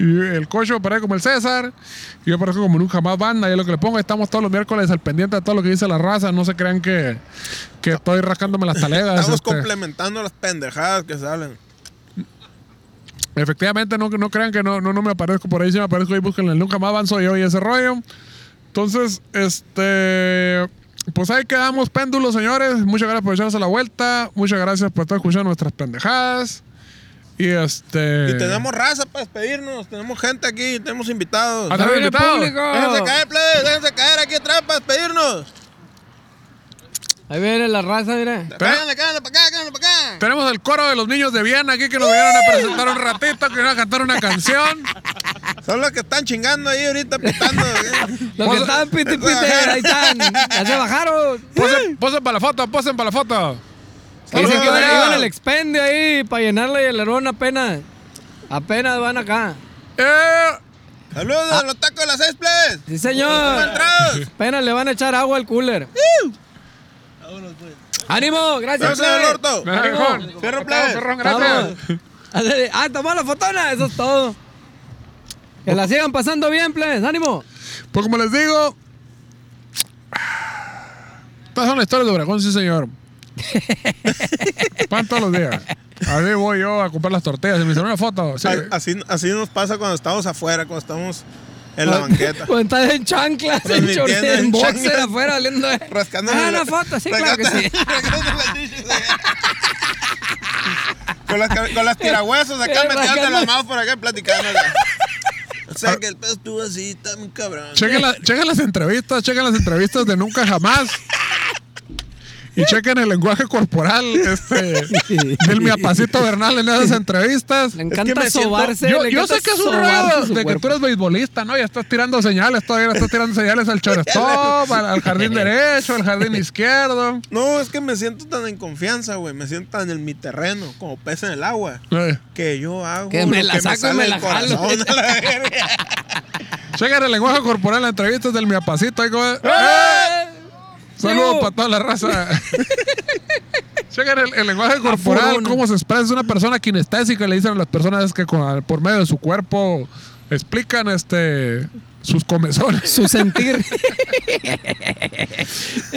B: Y el cocho aparece como el César. Y yo aparezco como nunca más banda. Y lo que le pongo, estamos todos los miércoles al pendiente de todo lo que dice la raza. No se crean que, que estoy rascándome las talegas.
D: Estamos
B: este.
D: complementando las pendejadas que salen.
B: Efectivamente, no, no crean que no, no, no me aparezco por ahí. Si me aparezco ahí, búsquenle. el Nunca más avanzo yo y ese rollo. Entonces, este. Pues ahí quedamos, péndulos, señores. Muchas gracias por echarse la vuelta. Muchas gracias por estar escuchando nuestras pendejadas. Y este.
D: Y tenemos raza para despedirnos. Tenemos gente aquí, tenemos invitados.
B: Ah,
C: ¡Ya viene el
B: invitado.
C: público!
D: Déjense caer, plebes, déjense caer aquí atrás para despedirnos.
C: Ahí viene la raza, mira.
B: Pero-
D: Cáganle, cáganle para acá, cáganle para acá.
B: Tenemos el coro de los niños de Viena aquí que nos vinieron a presentar un ratito, que vinieron a cantar una canción.
D: Son los que están chingando ahí ahorita pitando. ¿eh?
C: Los que estaban pite pite, ahí están. Ya se bajaron.
B: Posen, posen para la foto, posen para la foto.
C: Dicen que
D: Saludos.
C: iban iban al expendio ahí para llenarle el alerón apenas. Apenas van acá.
B: Eh,
D: Saludos,
B: Ah.
D: los tacos de las seis, plebes.
C: Sí,
D: ¿Cómo
C: señor.
D: entrados?
C: Apenas le van a echar agua al cooler. ¡Ánimo! ¡Gracias,
D: Vamos a ver el
C: plebe.
D: orto.
B: me dejó.
D: Fierro, plebe.
B: Ferrón,
C: Vamos.
B: gracias.
C: Ándale. ¡Ah, tomó la fotona! Eso es todo. Que la sigan pasando bien, plebes. ¡Ánimo!
B: Pues como les digo, estas son las historias de Obregón, sí señor. Pan todos los días. Así voy yo a comprar las tortillas y me hicieron una foto. Sí.
D: A- Así, así nos pasa cuando estamos afuera, cuando estamos en la banqueta.
C: Cuando estás en chanclas, en,
D: Transmitiendo
C: short,
D: en
C: en boxer
D: chanclas.
C: afuera, oliendo.
D: Rascándome.
C: Ah,
D: la-
C: una foto, sí, claro que sí.
D: Rascándome las chichis, eh. con, las, ca- con las tirahuesos acá
C: Eh,
D: metiéndose
C: rascándome.
D: las manos por acá Ah. y platicando. acá. O sea, que el pez estuvo así, está muy cabrón.
B: Chequen, la- chequen las entrevistas, chequen las entrevistas de Nunca Jamás. Y chequen el lenguaje corporal este, del miapacito Bernal en esas entrevistas.
C: Le encanta
D: me siento-
C: sobarse.
B: Yo,
C: le
B: yo
C: encanta
B: sé que es un
C: sobarse
B: rollo
C: su
B: de que
C: cuerpo.
B: tú eres beisbolista, ¿no? Ya estás tirando señales todavía, estás tirando señales al shortstop, al, al jardín derecho, al jardín izquierdo.
D: No, es que me siento tan en confianza, güey. Me siento tan en mi terreno, como pez en el agua.
B: Eh,
D: Que yo hago.
C: Que me
D: lo
C: la saco y
D: sale
C: me
D: del
C: la jalo.
D: corazón, a la verga.
B: Chequen el lenguaje corporal en las entrevistas del miapacito. ahí como- ¡Eh! Saludos
C: Digo,
B: para toda la raza. Chequen el, el lenguaje corporal,
C: Apurona.
B: cómo se expresa. Es una persona kinestésica, le dicen a las personas que con- por medio de su cuerpo explican este sus comezones,
C: Su sentir.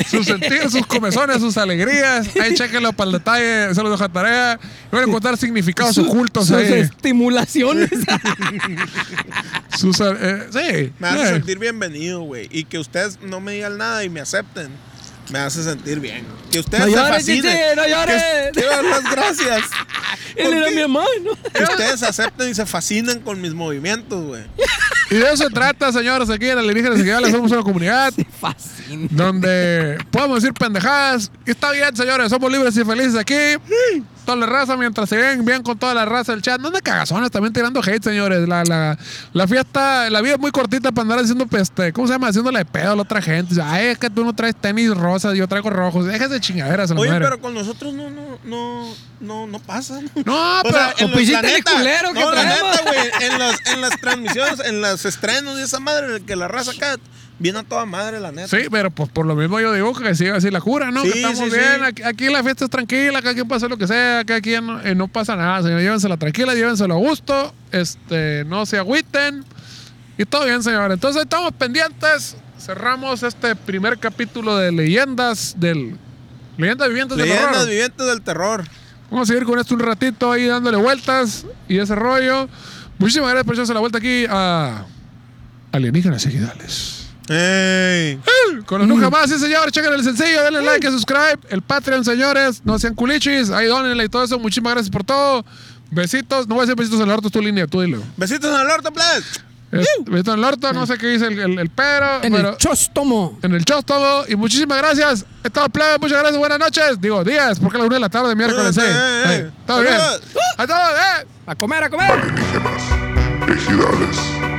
B: sus sentir, sus comezones, sus alegrías. Ahí chequenlo para el detalle, se los dejo a tarea. Y Van a encontrar significados ocultos
C: sus
B: ahí.
C: estimulaciones.
B: Sus, eh, sí,
D: Me hace
B: eh.
D: sentir bienvenido, güey. Y que ustedes no me digan nada y me acepten. Me hace sentir bien. Que ustedes
C: No
D: se
C: llores,
D: fascinen.
C: Chichi, no
D: Que-
C: llores.
D: Quiero dar las gracias.
C: Él era mi hermano.
D: Que ustedes se acepten y se fascinen con mis movimientos, güey.
B: Y de eso se trata, señores, aquí en Alienígenas Iguales somos una comunidad
C: Fascina.
B: donde podemos decir pendejadas. Y está bien, señores, somos libres y felices aquí. Toda la raza, mientras se ven bien con toda la raza del chat. No andan cagazones también tirando hate, señores. La, la, la fiesta, la vida es muy cortita para andar haciendo, este, ¿cómo se llama? Haciéndole de pedo a la otra gente. Ay, es que tú no traes tenis rosas, yo traigo rojos. Déjese de chingaderas a la
D: Oye,
B: madre.
D: pero con nosotros no, no, no, no, no pasa.
B: No,
D: O
B: pero...
D: sea, en
C: o
D: los-
C: pichita
D: la
C: de
D: neta,
C: culero que
D: no, la
C: traemos.
D: neta, güey, en las, en las transmisiones, en los estrenos de esa madre, en el que la raza acá viene a toda madre, la neta.
B: Sí, pero pues por lo mismo yo digo que siga así la cura, ¿no?
D: Sí,
B: que estamos
D: sí, sí.
B: bien, aquí, aquí la fiesta es tranquila, cada quien pasa lo que sea, cada quien no, eh, no pasa nada, señor, llévensela tranquila, llévenselo a gusto, este, no se agüiten y todo bien, señor. Entonces estamos pendientes, cerramos este primer capítulo de leyendas del... Leyendas vivientes del
D: Leyendas
B: horror.
D: vivientes del terror.
B: Vamos a seguir con esto un ratito ahí dándole vueltas y ese rollo. Muchísimas gracias por echarse la vuelta aquí a Alienígenas Seguidales.
D: ¡Ey!
B: Con los
C: Mm.
B: nunca más, sí señor, chequen el sencillo, denle like, subscribe, el Patreon, señores, no sean culichis, ahí donenle y todo eso, muchísimas gracias por todo. Besitos, no voy a decir besitos en el orto, es tu línea, tú dilo.
D: Besitos en el orto, please.
B: Es- Besitos en el orto, no sé qué dice el, el, el pero,
C: En
B: pero
C: el chóstomo.
B: en el chóstomo, y muchísimas gracias, estado plebe, muchas gracias, buenas noches, digo días, porque a las 1 de la tarde, miércoles,
D: Eh,
B: eh.
D: eh,
B: Eh,
D: eh.
B: todo bien.
D: Saludos.
B: A todos, eh.
C: A comer, a comer.
A: alienígenas, ejidales.